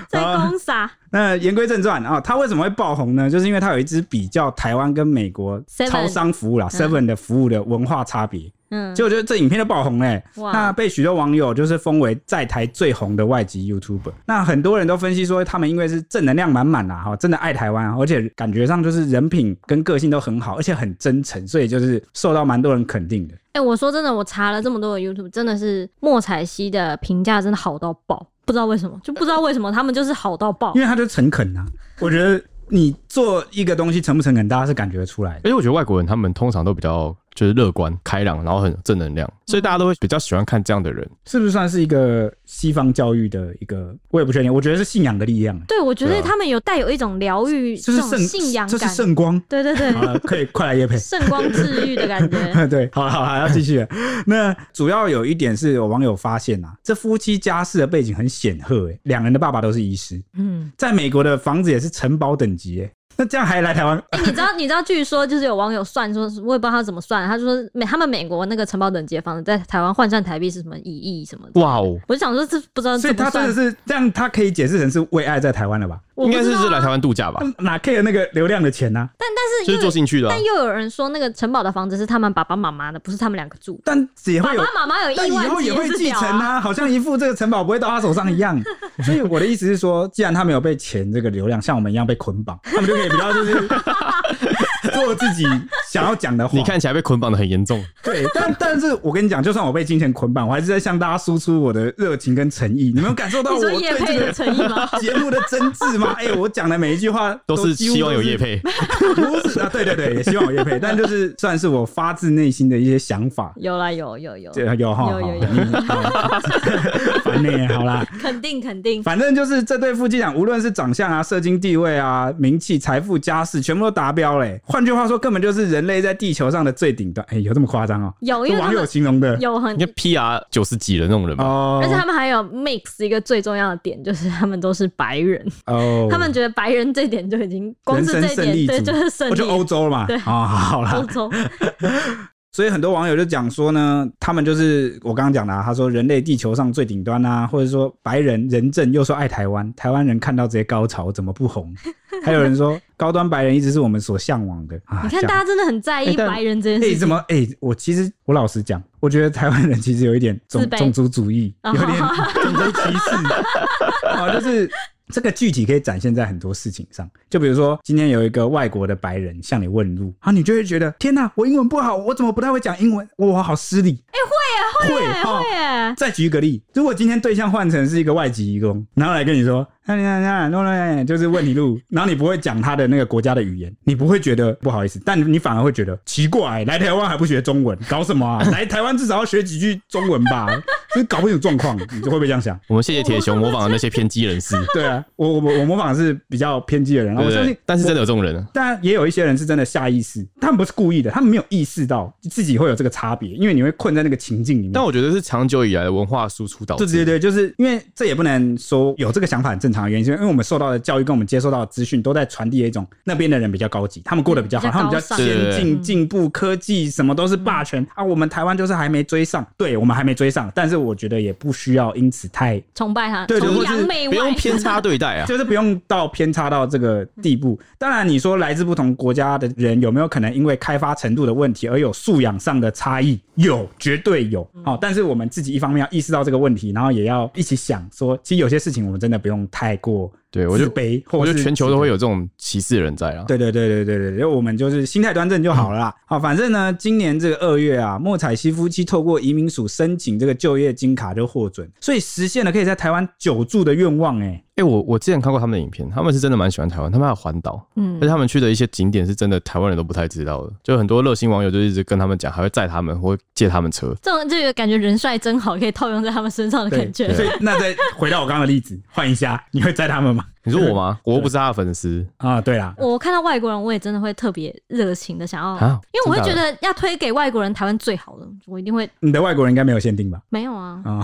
Speaker 1: 在
Speaker 3: 啊
Speaker 1: 公撒
Speaker 3: 那言归正传啊，他为什么会爆红呢？就是因为他有一支比较台湾跟美国
Speaker 1: Seven
Speaker 3: 超商服务啦 Seven 的服务的文化差别，
Speaker 1: 嗯，
Speaker 3: 结果就这影片就爆红嘞、
Speaker 1: 哇
Speaker 3: 那被许多网友就是封为在台最红的外籍 YouTuber。那很多人都分析说，他们因为是正能量满满啦，哈，真的爱台湾，啊而且感觉上就是人品跟个性都很好，而且很真诚，所以就是受到蛮多人肯定的。
Speaker 1: 哎、我说真的，我查了这么多的 YouTube，真的是莫彩希的评价真的好到爆，不知道为什么，就不知道为什么他们就是好到爆
Speaker 3: 因。为他就诚恳啊。我觉得你做一个东西诚不诚恳，大家是感觉得出来的。
Speaker 2: 而且我觉得外国人他们通常都比较就是乐观开朗，然后很正能量，所以大家都会比较喜欢看这样的人。
Speaker 3: 是不是算是一个西方教育的一个？我也不确定，我觉得是信仰的力量，
Speaker 1: 对，我觉
Speaker 2: 对
Speaker 1: 得
Speaker 2: 啊
Speaker 1: 他们有带有一种疗愈、这
Speaker 3: 这是
Speaker 1: 种
Speaker 3: 圣
Speaker 1: 信仰
Speaker 3: 这是
Speaker 1: 感，
Speaker 3: 圣光。
Speaker 1: 对对对
Speaker 3: 好，了，可以快来夜配。
Speaker 1: 圣光治愈的感觉。
Speaker 3: 对，好了好了，要继续了。 那主要有一点是有网友发现啊，这夫妻家世的背景很显赫、欸，两人的爸爸都是医师，
Speaker 1: 嗯，
Speaker 3: 在美国的房子也是城堡等级、欸，那这样还来台湾？
Speaker 1: 哎、你知道，你知道，据说就是有网友算说，我也不知道他怎么算，他就说美他们美国那个城堡等级的房子在台湾换算台币是什么一亿什么的。
Speaker 2: 哇哦，
Speaker 1: 我就想说，这不知道
Speaker 3: 呃所以
Speaker 1: 怎么
Speaker 3: 他真
Speaker 1: 算
Speaker 3: 的，是这样，他可以解释成是为爱在台湾了吧？
Speaker 1: 我
Speaker 2: 应
Speaker 1: 不
Speaker 2: 该
Speaker 1: 知
Speaker 2: 是
Speaker 1: 道
Speaker 2: 是来
Speaker 1: 啊
Speaker 2: 台湾度假吧？
Speaker 3: 哪 care 那个流量的钱呢、啊
Speaker 1: 但但是但
Speaker 2: 就
Speaker 1: 又
Speaker 2: 是做兴趣的啊、
Speaker 1: 但又有人说那个城堡的房子是他们爸爸妈妈的，不是他们两个住的。
Speaker 3: 但也会
Speaker 1: 爸
Speaker 3: 有
Speaker 1: 爸妈妈 有
Speaker 3: 但
Speaker 1: 意
Speaker 3: 以
Speaker 1: 外
Speaker 3: 后也会
Speaker 1: 之
Speaker 3: 继
Speaker 1: 表
Speaker 3: 承 啊，好像一副这个城堡不会到他手上一样。所以我的意思是说，既然他没有被钱这个流量像我们一样被捆绑，他们就可以比较就是 做自己想要讲的话。
Speaker 2: 你，看起来被捆绑的很严重，
Speaker 3: 对，但但是我跟你讲，就算我被金钱捆绑，我还是在向大家输出我的热情跟诚意。你们有感受到
Speaker 1: 你
Speaker 3: 我
Speaker 1: 说
Speaker 3: 对
Speaker 1: 叶
Speaker 3: 这
Speaker 1: 佩的
Speaker 3: 个
Speaker 1: 诚意吗？
Speaker 3: 节目的真挚吗？哎、我讲的每一句话
Speaker 2: 都是
Speaker 3: 几乎
Speaker 2: 希望有
Speaker 3: 都是
Speaker 2: 业配。
Speaker 3: 不是啊，对对对，也希望我叶配，但就是算是我发自内心的一些想法。
Speaker 1: 有啦，有有有，
Speaker 3: 这有哈，
Speaker 1: 有有有
Speaker 3: 有，烦你好啦。
Speaker 1: 肯定肯定。
Speaker 3: 反正就是这对夫妻俩，无论是长相啊、社经地位啊、名气、财富、家世，全部都达标嘞。换句话说，根本就是人类在地球上的最顶端。哎、有这么夸张哦？
Speaker 1: 有，因
Speaker 3: 是
Speaker 1: 为他
Speaker 3: 网友
Speaker 1: 们
Speaker 3: 形容的
Speaker 1: 有很
Speaker 2: 你，看 PR 九十几的那种人嘛，
Speaker 3: 哦
Speaker 1: 而且他们还有 mix 一个最重要的点，就是他们都是白人，
Speaker 3: 哦，
Speaker 1: 他们觉得白人这点就已经光是这
Speaker 3: 人生胜
Speaker 1: 点，
Speaker 3: 利
Speaker 1: 对，
Speaker 3: 组
Speaker 1: 就是胜
Speaker 3: 我
Speaker 1: 利
Speaker 3: 就。欧洲了嘛，
Speaker 1: 对
Speaker 3: 哦，好啦
Speaker 1: 欧， 洲
Speaker 3: 所以很多网友就讲说呢，他们就是我刚刚讲的、啊，他说人类地球上最顶端啊，或者说白人人证又说爱台湾，台湾人看到这些高潮怎么不红？还有人说高端白人一直是我们所向往的啊。
Speaker 1: 你看大
Speaker 3: 家
Speaker 1: 家真的很在意
Speaker 3: 哎但
Speaker 1: 白人这件
Speaker 3: 哎、
Speaker 1: 事
Speaker 3: 怎
Speaker 1: 情。
Speaker 3: 么哎、我其实我老实讲，我觉得台湾人其实有一点种
Speaker 1: 自卑
Speaker 3: 种族主义，
Speaker 1: 哦
Speaker 3: 有点种族歧 视啊，就是。这个具体可以展现在很多事情上，就比如说今天有一个外国的白人向你问路啊，你就会觉得天哪，我英文不好，我怎么不太会讲英文？哇，好失礼。哎、会
Speaker 1: 哎
Speaker 3: 耶，哦
Speaker 1: 会耶，
Speaker 3: 再举一个例，如果今天对象换成是一个外籍移工，然后来跟你说，那那那那那，就是问你路，然后你不会讲他的那个国家的语言，你不会觉得不好意思，但你反而会觉得奇怪，来台湾还不学中文，搞什 么啊？来台湾至少要学几句中文吧，就是搞不清楚状况，你就会不会这 样想？
Speaker 2: 我们谢谢铁熊模仿的那些偏激人士，
Speaker 3: 对啊，我我我模仿的是比较偏激的人，啊，
Speaker 2: 对
Speaker 3: 我
Speaker 2: 不
Speaker 3: 相信
Speaker 2: 对，？但是真的有这种人啊，
Speaker 3: 但也有一些人是真的下意识，他们不是故意的，他们没有意识到自己会有这个差别，因为你会困在那个情境里面。
Speaker 2: 但我觉得是长久以来的文化输出导
Speaker 3: 对
Speaker 2: 致。
Speaker 3: 对对，就是因为这也不能说有这个想法很正常的原因，是因为我们受到的教育跟我们接受到的资讯都在传递一种那边的人比较高级，他们过得比较
Speaker 1: 嗯
Speaker 3: 好，
Speaker 1: 比较
Speaker 3: 他们比
Speaker 1: 高
Speaker 3: 较
Speaker 1: 尚嗯
Speaker 3: 先
Speaker 2: 对对
Speaker 1: 对
Speaker 3: 进、进步，科技什么都是霸权、啊，我们台湾就是还没追上，对我们还没追上，但是我觉得也不需要因此太，
Speaker 1: 崇拜他，
Speaker 3: 对对
Speaker 1: 崇
Speaker 3: 或
Speaker 1: 洋
Speaker 3: 是
Speaker 1: 媚
Speaker 2: 不
Speaker 1: 外
Speaker 2: 用，偏差对待 啊，
Speaker 3: 就是不用到偏差到这个地步。当然，你说来自不同国家的人有没有可能因为开发程度的问题而有素养上的差异？有，绝对有。好、但是我们自己一方面要意识到这个问题，然后也要一起想说，其实有些事情我们真的不用太过。
Speaker 2: 对我就
Speaker 3: 自卑，或
Speaker 2: 我觉
Speaker 3: 者
Speaker 2: 得
Speaker 3: 是
Speaker 2: 全球都会
Speaker 3: 有。
Speaker 2: 有这种歧视的人在啊。
Speaker 3: 对对对对对对，因为我们就是心态端正就好了啦。好，反正呢，今年这个二月啊，莫彩西夫妻透过移民署申请这个就业金卡就获准，所以实现了可以在台湾久住的愿望、欸。
Speaker 2: 哎、我我之前看过他们的影片，他们是真的蛮喜欢台湾，他们还有环岛，
Speaker 1: 嗯
Speaker 2: 而且，他们去的一些景点是真的台湾人都不太知道的，就很多热心网友就一直跟他们讲，还会载他们或借他们车。
Speaker 1: 这种这个感觉人帅真好，可以套用在他们身上的
Speaker 3: 对，
Speaker 1: 感觉。
Speaker 3: 所以那再回到我刚刚的例子，换一下，你会载他们吗？
Speaker 2: 你说我 吗？我又不是他的粉丝
Speaker 3: 啊，对啦，
Speaker 1: 我看到外国人，我也真的会特别热情的想要，
Speaker 2: 啊，
Speaker 1: 因为我会觉
Speaker 2: 真的假的
Speaker 1: 得要推给外国人台湾最好的，我一定会
Speaker 3: 你的外国人应该没有限定吧？
Speaker 1: 没有啊？
Speaker 3: 啊、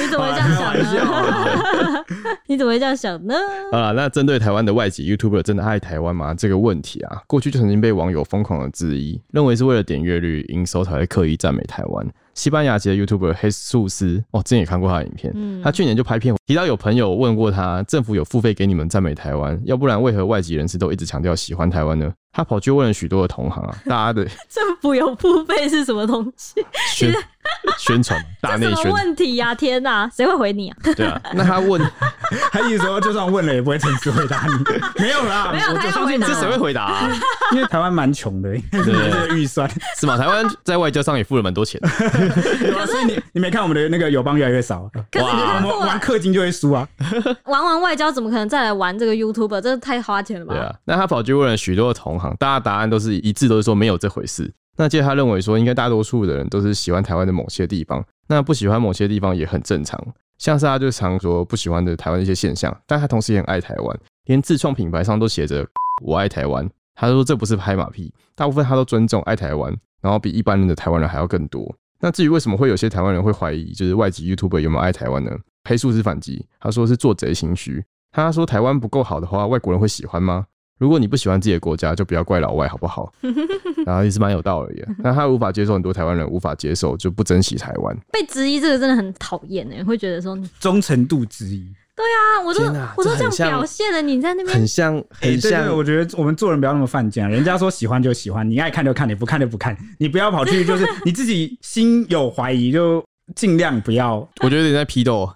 Speaker 1: 你 怎么会这样想呢？ 你怎么会这样想呢？
Speaker 2: 啊，那针对台湾的外籍 YouTuber 真的爱台湾吗这个问题啊，过去就曾经被网友疯狂的质疑，认为是为了点阅率、营收才会刻意赞美台湾。西班牙籍的 YouTuber 黑素斯，哦，之前也看过他的影片，
Speaker 1: 嗯
Speaker 2: 他去年就拍片提到有朋友问过他，政府有付费给你们赞美台湾，要不然为何外籍人士都一直强调喜欢台湾呢？他跑去问了许多的同行啊，大家的
Speaker 1: 政府有付费是什么东西？
Speaker 2: 宣宣传大
Speaker 1: 这
Speaker 2: 内
Speaker 1: 什么
Speaker 2: 宣，
Speaker 1: 问题呀、天哪、谁会回你啊？
Speaker 2: 对啊，那他问
Speaker 3: 他意思说，就算问了也不会诚实回答你， 没有啦，
Speaker 1: 没有
Speaker 3: 我
Speaker 1: 他
Speaker 3: 就
Speaker 1: 要
Speaker 3: 相
Speaker 1: 回
Speaker 3: 信
Speaker 1: 答
Speaker 2: 这谁会回答、啊？
Speaker 3: 因为台湾蛮穷 的、欸，
Speaker 2: 对
Speaker 3: 这个预算。
Speaker 2: 是吗？台湾在外交上也付了蛮多钱的，
Speaker 3: 对啊所以你你没看我们的那个友邦越来越少，
Speaker 1: 可是你
Speaker 2: 哇
Speaker 3: 我
Speaker 1: 看
Speaker 3: 们
Speaker 1: 过
Speaker 3: 玩氪金就会输啊。
Speaker 1: 玩完外交，怎么可能再来玩这个 YouTube？这太花钱了吧？
Speaker 2: 对啊，那他跑去问了许多的同行，大家答案都是一致，都是说没有这回事。那接着他认为说，应该大多数的人都是喜欢台湾的某些地方，那不喜欢某些地方也很正常。像是他就常说不喜欢的台湾的一些现象，但他同时也很爱台湾，连自创品牌上都写着“我爱台湾”。他说这不是拍马屁，大部分他都尊重爱台湾，然后比一般人的台湾人还要更多。那至于为什么会有些台湾人会怀疑，就是外籍 YouTuber 有没有爱台湾呢？黑素是反击，他说是做贼心虚。他说台湾不够好的话，外国人会喜欢吗？如果你不喜欢自己的国家，就不要怪老外，好不好？ 然后也是蛮有道理的。那他无法接受，很多台湾人无法接 受，就不珍惜台湾。
Speaker 1: 欸被质疑这个真的很讨厌哎，会觉得说你
Speaker 3: 忠诚度之一，
Speaker 1: 对啊，我都
Speaker 2: 天哪
Speaker 1: 我都
Speaker 2: 这
Speaker 1: 这
Speaker 2: 很
Speaker 1: 样表
Speaker 2: 像
Speaker 1: 现了，你在那边
Speaker 2: 很像很
Speaker 3: 哎对对，
Speaker 2: 像
Speaker 3: 我觉得我们做人不要那么犯贱啊。人家说喜欢就喜欢，你爱看就看，你不看就不看，你不要跑去 就是你自己心有怀疑就尽量不要，
Speaker 2: 我觉得有点在批 斗，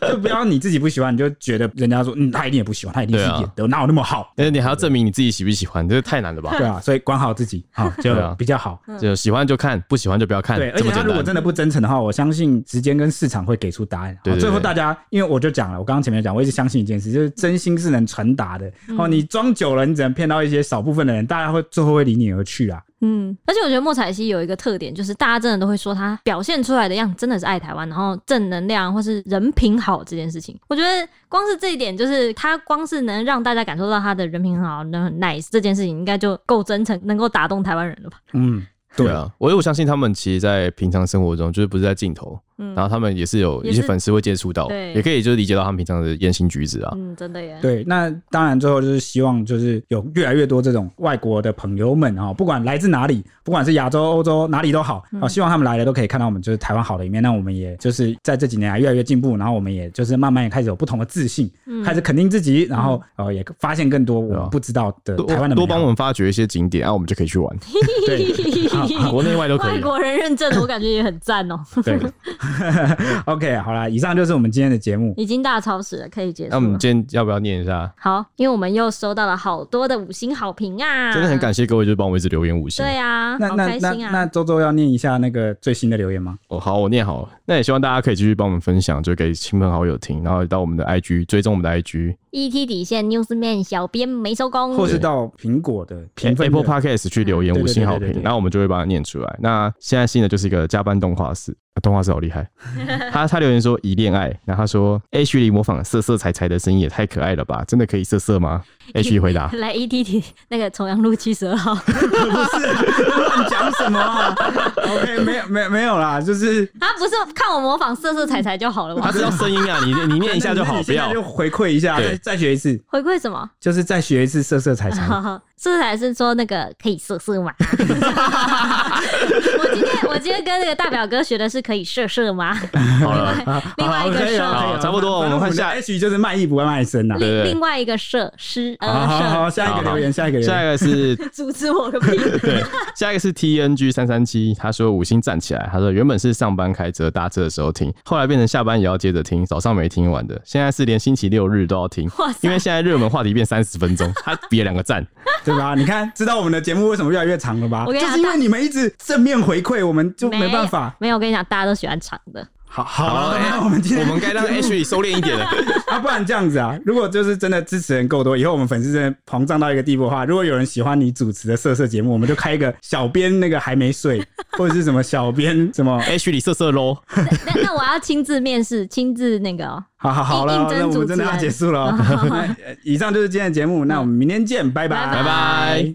Speaker 3: 就不要你自己不喜欢，你就觉得人家说嗯他一定也不喜欢，他一定是
Speaker 2: 对啊
Speaker 3: 演的，哪有那么好？
Speaker 2: 但是哎你还要证明你自己喜不喜欢，这个太难了吧？
Speaker 3: 对啊，所以管好自己好就
Speaker 2: 对啊
Speaker 3: 比较好。
Speaker 2: 就喜欢就看，不喜欢就不要看，
Speaker 3: 对，
Speaker 2: 这
Speaker 3: 而且
Speaker 2: 么
Speaker 3: 他
Speaker 2: 简
Speaker 3: 如果
Speaker 2: 单。
Speaker 3: 真的不真诚的话，我相信时间跟市场会给出答案。好
Speaker 2: 对对对
Speaker 3: 最后大家，因为我就讲了，我刚刚前面讲，我一直相信一件事，就是真心是能传达的。哦，你装久了，你只能骗到一些少部分的人，大家会最后会离你而去啊。
Speaker 1: 嗯，而且我觉得莫彩希有一个特点，就是大家真的都会说她表现出来的样子真的是爱台湾，然后正能量或是人品好这件事情，我觉得光是这一点，就是她光是能让大家感受到她的人品很好，能很 nice 这件事情，应该就够真诚，能够打动台湾人了吧？
Speaker 3: 嗯，
Speaker 2: 对啊，我我相信他们其实，在平常生活中，就是不是在镜头，
Speaker 1: 嗯
Speaker 2: 然后他们也是有
Speaker 1: 也
Speaker 2: 一
Speaker 1: 是
Speaker 2: 些粉丝会接触到，
Speaker 1: 对
Speaker 2: 也可以就是理解到他们平常的言行举止啊。
Speaker 1: 嗯，真的耶。
Speaker 3: 对，那当然最后就是希望就是有越来越多这种外国的朋友们啊、不管来自哪里，不管是亚洲、欧洲哪里都好啊、希望他们来了都可以看到我们就是台湾好的一面。那我们也就是在这几年来越来越进步，然后我们也就是慢慢也开始有不同的自信，开始肯定自己，然后呃嗯也哦发现更多我们不知道的
Speaker 2: 多
Speaker 3: 台湾的美
Speaker 2: 多
Speaker 3: 好
Speaker 2: 帮我们发掘一些景点，然、啊、后我们就可以去玩，
Speaker 3: 对
Speaker 2: 国内外啊都可
Speaker 1: 外
Speaker 2: 以。
Speaker 1: 国人认证的，我感觉也很赞哦，
Speaker 3: 对 ，OK，好啦，以上就是我们今天的节目。
Speaker 1: 已经大超时了，可以结
Speaker 2: 那
Speaker 1: 束
Speaker 2: 我们
Speaker 1: 了。
Speaker 2: 今天要不要念一下？
Speaker 1: 好，因为我们又收到了好多的五星好评啊，
Speaker 2: 真的很感谢各位，就是帮我们一直留言五星。
Speaker 1: 对啊，
Speaker 3: 那
Speaker 1: 好
Speaker 3: 那
Speaker 1: 开
Speaker 3: 那
Speaker 1: 心
Speaker 3: 那
Speaker 1: 啊！
Speaker 3: 周周要念一下那个最新的留言吗？
Speaker 2: 哦，好，我念好了。那也希望大家可以继续帮我们分享，就给亲朋好友听，然后到我们的 IG 追踪我们的 IG
Speaker 1: ET E 底线 Newsman 小编没收工，
Speaker 3: 或是到苹果的评分的
Speaker 2: Apple Podcast 去留言
Speaker 3: 嗯
Speaker 2: 五星好
Speaker 3: 对对对对
Speaker 2: 评
Speaker 3: 对，
Speaker 2: 然后我们就会把它念出来。那现在新的就是一个加班动画师，啊动画师好厉害。他他留言说已恋爱，然后他说 H 里模仿色色彩彩的声音也太可爱了吧，真的可以色色吗？H 回答
Speaker 1: 来 ET 体那个重阳路七十二号，
Speaker 3: 不是乱讲什么、啊、？OK，没有没有没有啦，就是
Speaker 1: 他不是看我模仿色色彩彩就好了
Speaker 2: 他
Speaker 1: 吗？
Speaker 2: 知道声音啊，你你念一下就好，
Speaker 3: 你
Speaker 2: 不
Speaker 3: 现在
Speaker 2: 要
Speaker 3: 就回馈一下，
Speaker 2: 对
Speaker 3: 再再学一次，
Speaker 1: 回馈什么？
Speaker 3: 就是再学一次色色彩彩。
Speaker 1: 色色彩是说那个可以色色吗？ 我今天我今天跟那个大表哥学的是可以色色 吗？
Speaker 2: 好了。
Speaker 1: 另外一个
Speaker 3: 可以
Speaker 1: 色，
Speaker 3: 啊可以啊
Speaker 2: 好差不多
Speaker 3: 反正
Speaker 2: 我们换
Speaker 3: 的
Speaker 2: 下
Speaker 3: H 就是卖艺不卖身呐。
Speaker 2: 对对
Speaker 1: 另
Speaker 2: 对
Speaker 1: 另外一个色诗
Speaker 3: 好好好
Speaker 1: 呃
Speaker 3: 好，下一个留言，下一个留
Speaker 2: 下一
Speaker 3: 言。
Speaker 2: 个是
Speaker 1: 色， 阻止我个屁！
Speaker 2: 对，下一个是 T N G 三三七，他说五星站起来，他说原本是上班开车搭车的时候听，后来变成下班也要接着听，早上没听完的，现在是连星期六日都要听
Speaker 1: 哇塞，
Speaker 2: 因为现在热门话题变三十分钟， 他比了两个赞，
Speaker 3: 对吧？你看，知道我们的节目为什么越来越长了吧？
Speaker 1: 我跟你
Speaker 3: 就
Speaker 1: 讲
Speaker 3: 是因为你们一直正面回馈，我们就没办法。
Speaker 1: 没有，我跟你讲，大家都喜欢长的。
Speaker 3: 好，好
Speaker 2: 好
Speaker 3: 了，
Speaker 2: 哎
Speaker 3: 那我们今
Speaker 2: 我
Speaker 3: 天
Speaker 2: 们该 让 H 里收敛一点了。
Speaker 3: 啊，不然这样子啊，如果就是真的支持人够多，以后我们粉丝真的膨胀到一个地步的话，如果有人喜欢你主持的色色节目，我们就开一个小编那个还 没睡，或者是什么小编什么，
Speaker 2: H 里色色喽，
Speaker 1: 那那我要亲自面试，亲自那个哦
Speaker 3: 好好好了
Speaker 1: 应，征
Speaker 3: 那我
Speaker 1: 主
Speaker 3: 们
Speaker 1: 持
Speaker 3: 真的要
Speaker 1: 人
Speaker 3: 结束了哦。那 呃以上就是今天的节目，那我们明天见，拜拜，
Speaker 1: 拜
Speaker 2: 拜拜。